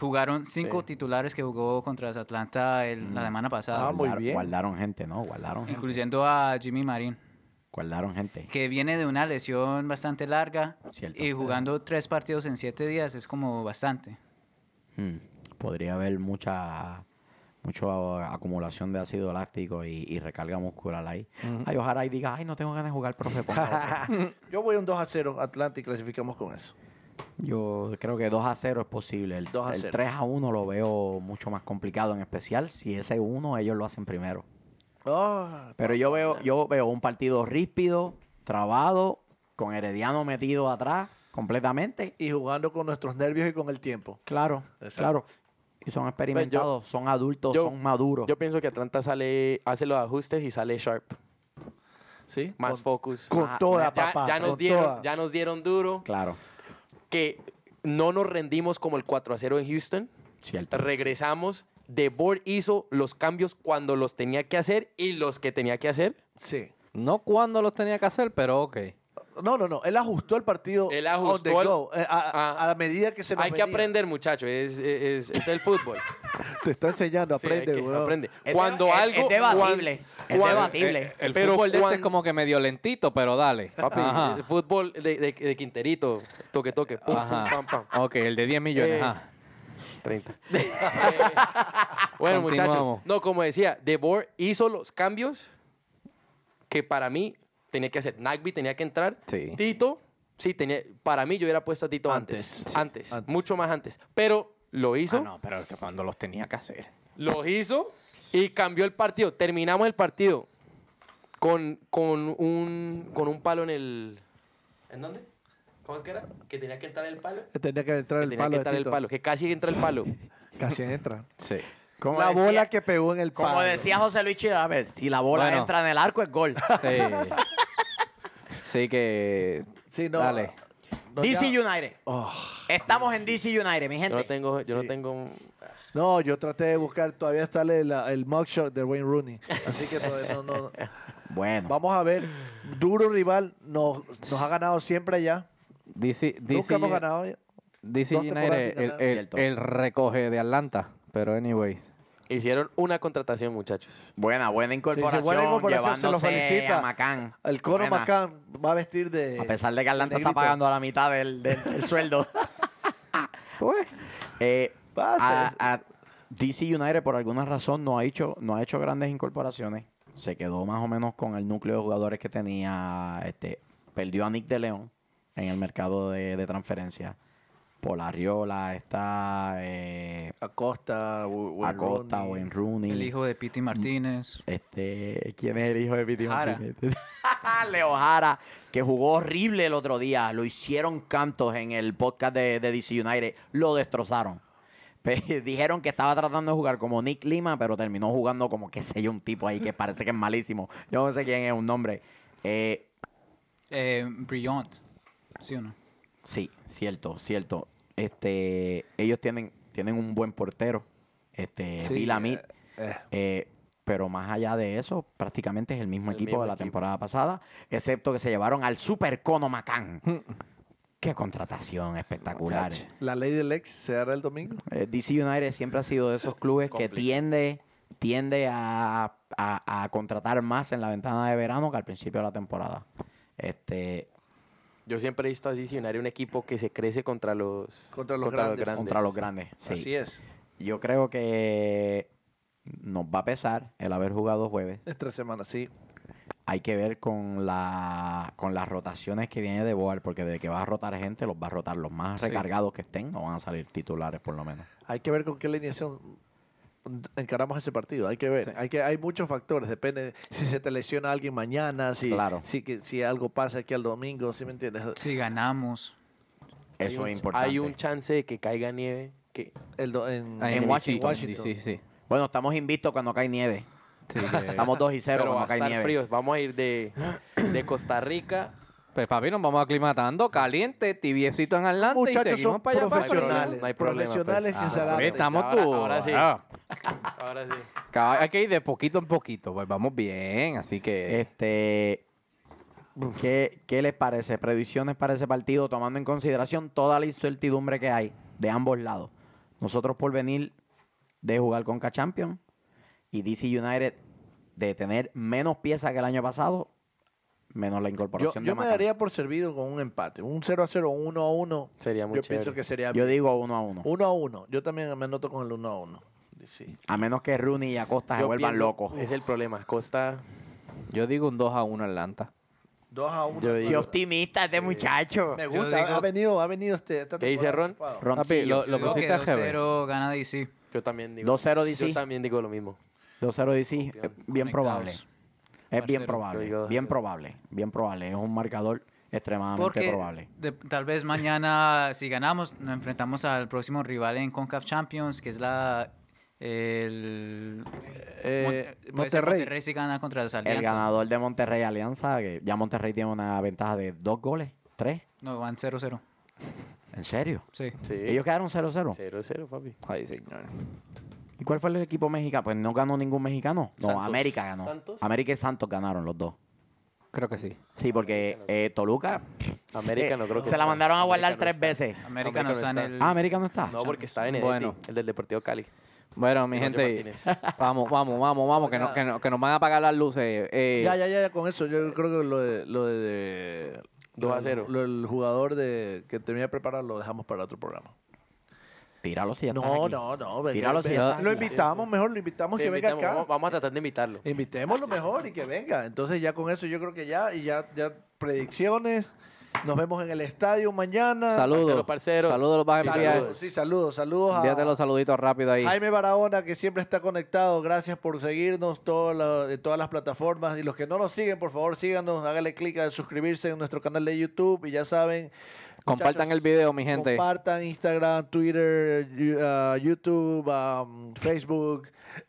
S5: Jugaron cinco
S4: Sí.
S5: titulares que jugó contra Atlanta el- la semana pasada,
S2: Ah, muy
S1: Guardar-
S2: bien.
S1: Guardaron gente, ¿no? Guardaron gente.
S5: incluyendo a Jimmy Marín,
S1: Guardaron gente.
S5: que viene de una lesión bastante larga
S1: Cierto.
S5: y jugando tres partidos en siete días es como bastante.
S1: Hmm. Podría haber mucha mucho a- acumulación de ácido láctico y, y recarga muscular ahí. Ay, ojalá y diga, ay, no tengo ganas de jugar, profe. ponga otro".
S2: Yo voy un 2 a 0 Atlanta y clasificamos con eso.
S1: Yo creo que 2 a 0 es posible. El,
S2: 2 a
S1: el
S2: 0.
S1: 3 a 1 lo veo mucho más complicado, en especial si ese 1 ellos lo hacen primero.
S2: Ah,
S1: Pero yo veo, yo veo un partido ríspido, trabado, con Herediano metido atrás completamente.
S2: y jugando con nuestros nervios y con el tiempo.
S1: Claro,
S2: Exacto.
S1: claro. Y son experimentados, son adultos,
S4: yo-
S1: son maduros.
S4: Yo pienso que Atlanta sale, hace los ajustes y sale sharp.
S2: ¿Sí?
S4: Más
S2: Con-
S4: focus.
S2: con
S4: Ajá.
S2: toda,
S4: ya,
S2: papá,
S4: Ya nos,
S2: con
S4: dieron,
S2: toda.
S4: ya nos dieron duro.
S1: claro,
S4: Que no nos rendimos como el 4 a 0 en Houston.
S1: cierto.
S4: Regresamos. De Board hizo los cambios cuando los tenía que hacer y los que tenía que hacer.
S2: Sí.
S3: No cuando los tenía que hacer, pero ok.
S2: No, no, no. Él ajustó el partido.
S4: Él
S2: on
S4: ajustó
S2: the
S4: el-
S2: go, eh, a, a-
S4: Ah.
S2: a la medida que se nos
S4: Hay que
S2: venía.
S4: aprender, muchacho. Es, es- es el fútbol.
S2: Te está enseñando,
S4: Sí, hay
S2: aprende,
S4: que-
S2: weón.
S4: aprende.
S1: Es
S4: Cuando
S1: deba- es-
S4: algo.
S1: es debatible,
S4: cuan-
S1: es
S4: cuan-
S1: debatible.
S4: eh,
S3: El
S4: pero
S3: fútbol de este
S4: cuan-
S3: es como que medio lentito, pero dale.
S4: Papi,
S3: Ajá.
S4: el fútbol de, de- de Quinterito. Toque, toque. Pum, pum,
S3: Ajá.
S4: pam, pam.
S3: Ok, el de 10 millones.
S4: Eh,
S3: ajá.
S4: 30. Eh, bueno, muchachos.
S3: Continuamos.
S4: No, como decía, De Boer hizo los cambios que para mí tenía que hacer. Nagby tenía que entrar.
S3: Sí.
S4: Tito, sí, tenía, para mí yo hubiera puesto a Tito antes.
S2: Antes.
S4: Antes,
S2: Sí, antes.
S4: mucho más antes. Pero lo hizo,
S3: Ah, no, pero que cuando los tenía que hacer.
S4: lo hizo y cambió el partido. Terminamos el partido con, con, un, con un palo en el... ¿En dónde? ¿Cómo es que era? Que tenía que entrar el palo.
S2: Que Tenía que entrar
S4: Que
S2: el
S4: tenía
S2: palo.
S4: que
S2: de
S4: entrar el
S2: Tito.
S4: palo, que casi entra el palo.
S2: Casi entra.
S3: Sí.
S1: Como
S2: La
S1: decía-
S2: bola que pegó en el palo.
S1: Como decía José Luis Chira, a ver, si la bola
S3: Bueno.
S1: entra en el arco es gol.
S3: Sí. sí que...
S2: Sí, no.
S3: Dale.
S2: No,
S1: DC
S2: ya- Oh.
S1: United. Estamos en DC United, mi
S4: Yo
S1: gente.
S4: no tengo... Yo no tengo
S2: No, yo traté de buscar, todavía está el, el mugshot de Wayne Rooney. Así que todavía no, no.
S1: Bueno,
S2: Vamos a ver. Duro rival, nos, nos ha ganado siempre allá.
S3: DC, DC,
S2: Nunca hemos ganado. allá.
S3: DC
S2: Dos temporadas
S3: United,
S2: sin
S3: el,
S2: ganar.
S3: el-
S1: Cierto.
S3: el recoge de Atlanta. Pero anyways.
S4: Hicieron una contratación, muchachos.
S1: buena, buena incorporación,
S2: incorporación, se lo
S1: llevándose
S2: felicita.
S1: a Macán.
S2: El cono
S1: Buena.
S2: Macán va a vestir de.
S1: A pesar de que Atlanta
S2: negrito.
S1: está pagando a la mitad del, del- del sueldo.
S3: Pues,
S1: Eh,
S2: Pasa.
S1: a- a DC United por alguna razón no ha hecho, no ha hecho grandes incorporaciones. Se quedó más o menos con el núcleo de jugadores que tenía. Este, perdió a Nick de León en el mercado de, de transferencia. Por Arriola está eh,
S2: Acosta, Wi- Wayne
S1: Acosta,
S2: Rooney.
S1: Wayne Rooney.
S5: El hijo de Piti Martínez.
S1: Este, ¿quién es el hijo de Piti
S5: Jara.
S1: Martínez? Leo Jara, que jugó horrible el otro día. Lo hicieron cantos en el podcast de, de DC United. Lo destrozaron. Pe- Dijeron que estaba tratando de jugar como Nick Lima, pero terminó jugando como, qué sé yo, un tipo ahí que parece que es malísimo. Yo no sé quién es un nombre. Eh,
S5: Eh, Brillant. ¿Sí o no?
S1: Sí, cierto, cierto. Este, ellos tienen, tienen un buen portero, este,
S2: Sí,
S1: Villamil,
S2: eh, eh.
S1: eh, pero más allá de eso, prácticamente es el mismo
S4: El
S1: equipo
S4: mismo
S1: de la
S4: equipo.
S1: temporada pasada, excepto que se llevaron al Supercono Macán. Qué contratación espectacular. eh.
S2: La ley del ex se hará el domingo.
S1: Eh, DC United siempre ha sido de esos clubes que
S4: Complicado.
S1: tiende, tiende a, a- a contratar más en la ventana de verano que al principio de la temporada. Este,
S4: Yo siempre he visto a DC United un equipo que se crece contra los,
S2: Contra los grandes.
S1: contra los grandes. sí.
S2: Así es.
S1: Yo creo que nos va a pesar el haber jugado jueves.
S2: Es tres semanas, sí.
S1: Hay que ver con, la, con las rotaciones que viene de Boal, porque de que va a rotar gente, los va a rotar los más
S3: Sí.
S1: recargados que estén, no van a salir titulares por lo menos.
S2: Hay que ver con qué alineación encaramos ese partido. Hay que ver. Hay que hay muchos factores. Depende si se te lesiona alguien mañana, si,
S1: Claro.
S2: si, que- si algo pasa aquí al domingo, ¿sí me entiendes?
S5: Si ganamos.
S4: Hay
S1: Eso
S4: un-
S1: es importante.
S4: Hay un chance de que caiga nieve. Que,
S2: El do- en,
S3: ahí
S1: en
S3: DC,
S1: Washington.
S3: DC, Sí, sí.
S1: Bueno, estamos invistos cuando cae nieve.
S3: Sí que-
S1: Estamos 2 y 0
S4: pero va a
S1: cuando cae
S4: estar
S1: nieve.
S4: fríos. Vamos a ir de, de Costa Rica.
S3: Pues papi, nos vamos aclimatando, caliente, tibiecito en Atlanta y
S2: Muchachos
S3: seguimos
S2: son
S3: para allá. para-
S2: profesionales.
S4: No hay problema,
S2: profesionales
S4: pues.
S2: que se
S4: Ah,
S3: Papi,
S2: adaptan.
S4: ahorita.
S3: estamos
S4: Ahora-
S3: tú.
S4: ahora sí.
S3: ah.
S4: Ahora sí.
S3: Cada- Hay que ir de poquito en poquito, pues vamos bien, así que...
S1: Este, ¿qué, ¿Qué les parece? Predicciones para ese partido, tomando en consideración toda la incertidumbre que hay de ambos lados. Nosotros por venir de jugar con K-Champion y DC United de tener menos piezas que el año pasado, menos la
S2: Yo,
S1: incorporación
S2: yo
S1: de
S2: me
S1: Macán.
S2: daría por servido con un empate. Un 0 a 0, un 1 a 1.
S4: Sería muy
S2: Yo
S4: chévere.
S2: pienso que sería
S1: Yo digo uno a uno.
S2: 1 a 1. Yo también me anoto con el 1 a 1. Sí.
S1: A menos que Rooney y Acosta se
S4: Yo
S1: vuelvan
S4: pienso-
S1: locos.
S4: Es el problema. Costa.
S3: Yo digo un 2 a 1 Atlanta.
S2: 2 a 1.
S4: Yo
S1: Qué
S4: digo-
S1: optimista este muchacho.
S2: Me
S5: Yo
S2: gusta.
S5: digo-
S2: ha venido, ha venido este. esta
S4: ¿Qué dice
S2: temporada
S4: Ron?
S2: ocupado.
S1: Roncillo.
S3: Papi, lo,
S5: Yo
S3: lo
S5: digo que
S3: pusiste a GB.
S5: 2-0 gana DC.
S4: Yo también digo.
S1: 2-0
S4: Yo
S1: DC.
S4: también digo lo mismo.
S1: 2-0 DC, es eh, bien
S5: Conectados.
S1: probable. Es bien
S5: Parcero.
S4: Yo
S1: probable,
S4: digo
S1: bien
S4: 2-0.
S1: probable, bien probable. Es un marcador extremadamente
S5: Porque
S1: probable.
S5: de- tal vez mañana, si ganamos, nos enfrentamos al próximo rival en CONCACAF Champions, que es la... El,
S2: Eh,
S5: Mon- puede ser
S2: Monterrey.
S5: Monterrey si gana contra los
S1: El
S5: Alianza.
S1: ganador de Monterrey Alianza, que ya Monterrey tiene una ventaja de dos goles, tres.
S5: No, van 0-0.
S1: ¿En serio?
S5: Sí.
S4: Sí.
S1: Ellos quedaron 0-0.
S4: 0-0, papi.
S3: Ay, señor.
S1: ¿Y cuál fue el equipo mexicano? Pues no ganó ningún mexicano. No,
S4: Santos.
S1: América ganó.
S4: ¿Santos?
S1: América y Santos ganaron los dos.
S3: Creo que sí.
S1: Sí, porque eh, Toluca.
S4: América
S1: se-
S4: no creo que
S1: Se la
S4: sea.
S1: mandaron a guardar
S4: América no
S1: tres
S4: está.
S1: veces.
S5: América no está en el...
S1: Ah, América no está.
S4: No, porque está Benedetti,
S3: Bueno.
S4: el del Deportivo Cali.
S3: Bueno, mi
S4: Jorge
S3: gente, vamos, vamos, vamos, vamos, que, no- que, no- que nos van a apagar las luces. Eh,
S2: Ya, ya, ya, ya, con eso. Yo creo que lo de. Lo de, de-
S4: 2 a 0.
S2: Lo, del jugador de, que termina de preparar lo dejamos para otro programa.
S1: Tíralo si ya estás
S2: No,
S1: aquí.
S2: no, no. ven,
S1: Tíralo
S2: ven,
S1: si ya
S2: ven,
S1: estás
S2: Lo
S1: aquí.
S2: invitamos mejor, lo invitamos
S4: Sí,
S2: que venga
S4: invitamos,
S2: acá.
S4: Vamos, vamos a tratar de invitarlo.
S2: Invitémoslo mejor y que venga. Entonces ya con eso yo creo que ya, y ya, ya predicciones. Nos vemos en el estadio mañana.
S3: saludos.
S4: Parceros, parceros.
S3: Saludos, los vas a enviar.
S2: Saludos, sí, saludos, saludos a
S3: Envíate los saluditos rápido ahí.
S2: Jaime Barahona, que siempre está conectado. Gracias por seguirnos todas las- en todas las plataformas. Y los que no nos siguen, por favor, síganos. Háganle clic a suscribirse en nuestro canal de YouTube. Y ya saben,
S3: Compartan
S2: muchachos,
S3: el video, mi gente.
S2: Compartan Instagram, Twitter, yu- ah, YouTube, am, Facebook.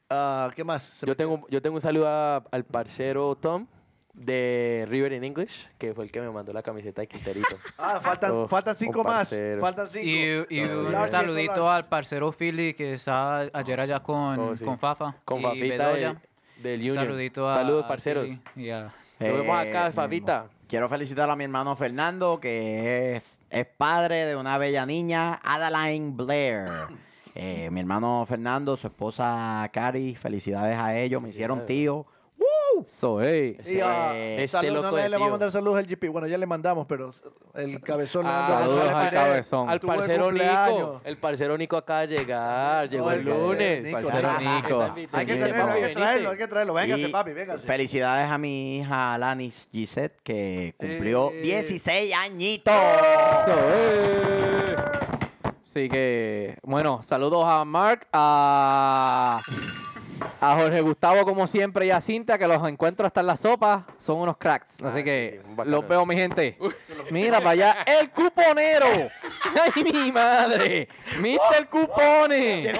S2: ah, ¿Qué más? Se
S4: Yo
S2: me-
S4: tengo, yo tengo un saludo a- al parcero Tom de River in English, que fue el que me mandó la camiseta de Quinterito.
S2: Ah, faltan,
S4: Oh,
S2: faltan
S4: un
S2: cinco más.
S4: parcero.
S2: Faltan cinco.
S5: Y, y
S2: Larry,
S5: un
S2: esto,
S5: saludito al parcero Philly que está ayer allá con,
S4: Oh, sí.
S5: con Fafa.
S4: Con
S5: y
S4: Fafita
S5: Bedoya.
S4: del, del Union.
S5: Saludito a
S4: Saludos,
S5: a
S4: parceros.
S5: Philly y a-
S4: Nos vemos acá,
S1: Eh,
S4: Fafita.
S1: Quiero felicitar a mi hermano Fernando, que es, es padre de una bella niña, Adeline Blair. Eh, mi hermano Fernando, su esposa Cari, felicidades a ellos, me hicieron tío.
S3: So, hey.
S4: Este,
S2: Y, ah,
S4: este
S2: saludos,
S4: loco
S2: no, nadie
S4: de
S2: le va a
S4: tío.
S2: mandar saludos al GP. Bueno, ya le mandamos, pero el cabezón le
S4: Ah,
S2: manda
S4: saludos
S2: saludos
S4: al
S2: a él.
S3: cabezón.
S4: Al
S2: Tuvo el
S4: parcero
S2: cumpleaños.
S4: Nico. El parcero Nico acaba de llegar. Llegó
S2: Oh,
S4: el
S2: el parcero
S4: lunes.
S2: Nico.
S3: Parcero Nico.
S4: Esa es mi-
S2: Hay que,
S4: Viene,
S2: tenerlo,
S4: papi,
S2: hay que
S4: venite.
S2: traerlo, hay que traerlo. Véngase,
S1: Y
S2: papi, véngase.
S1: Felicidades a mi hija Alanis Gisette, que cumplió
S2: Eh.
S1: 16 añitos.
S3: So, hey. Así que, bueno, saludos a Mark, a, a Jorge Gustavo, como siempre, y a Cinta, que los encuentro hasta en la sopa. Son unos cracks. Así
S4: Ah,
S3: que
S4: sí, sí, bacanos.
S3: los veo, mi gente. Mira para allá, el cuponero. ¡Ay, mi madre! ¡Mister Cupones!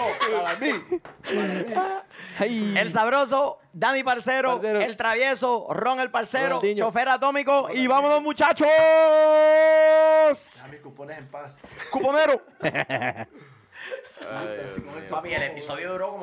S1: El sabroso, Dani Parcero,
S4: Parcero.
S1: el travieso, Ron el Parcero,
S4: Ronaldinho.
S1: chofer atómico. Y vámonos, muchachos.
S2: Dame cupones en paz.
S1: Cuponero. Papi, el episodio duró como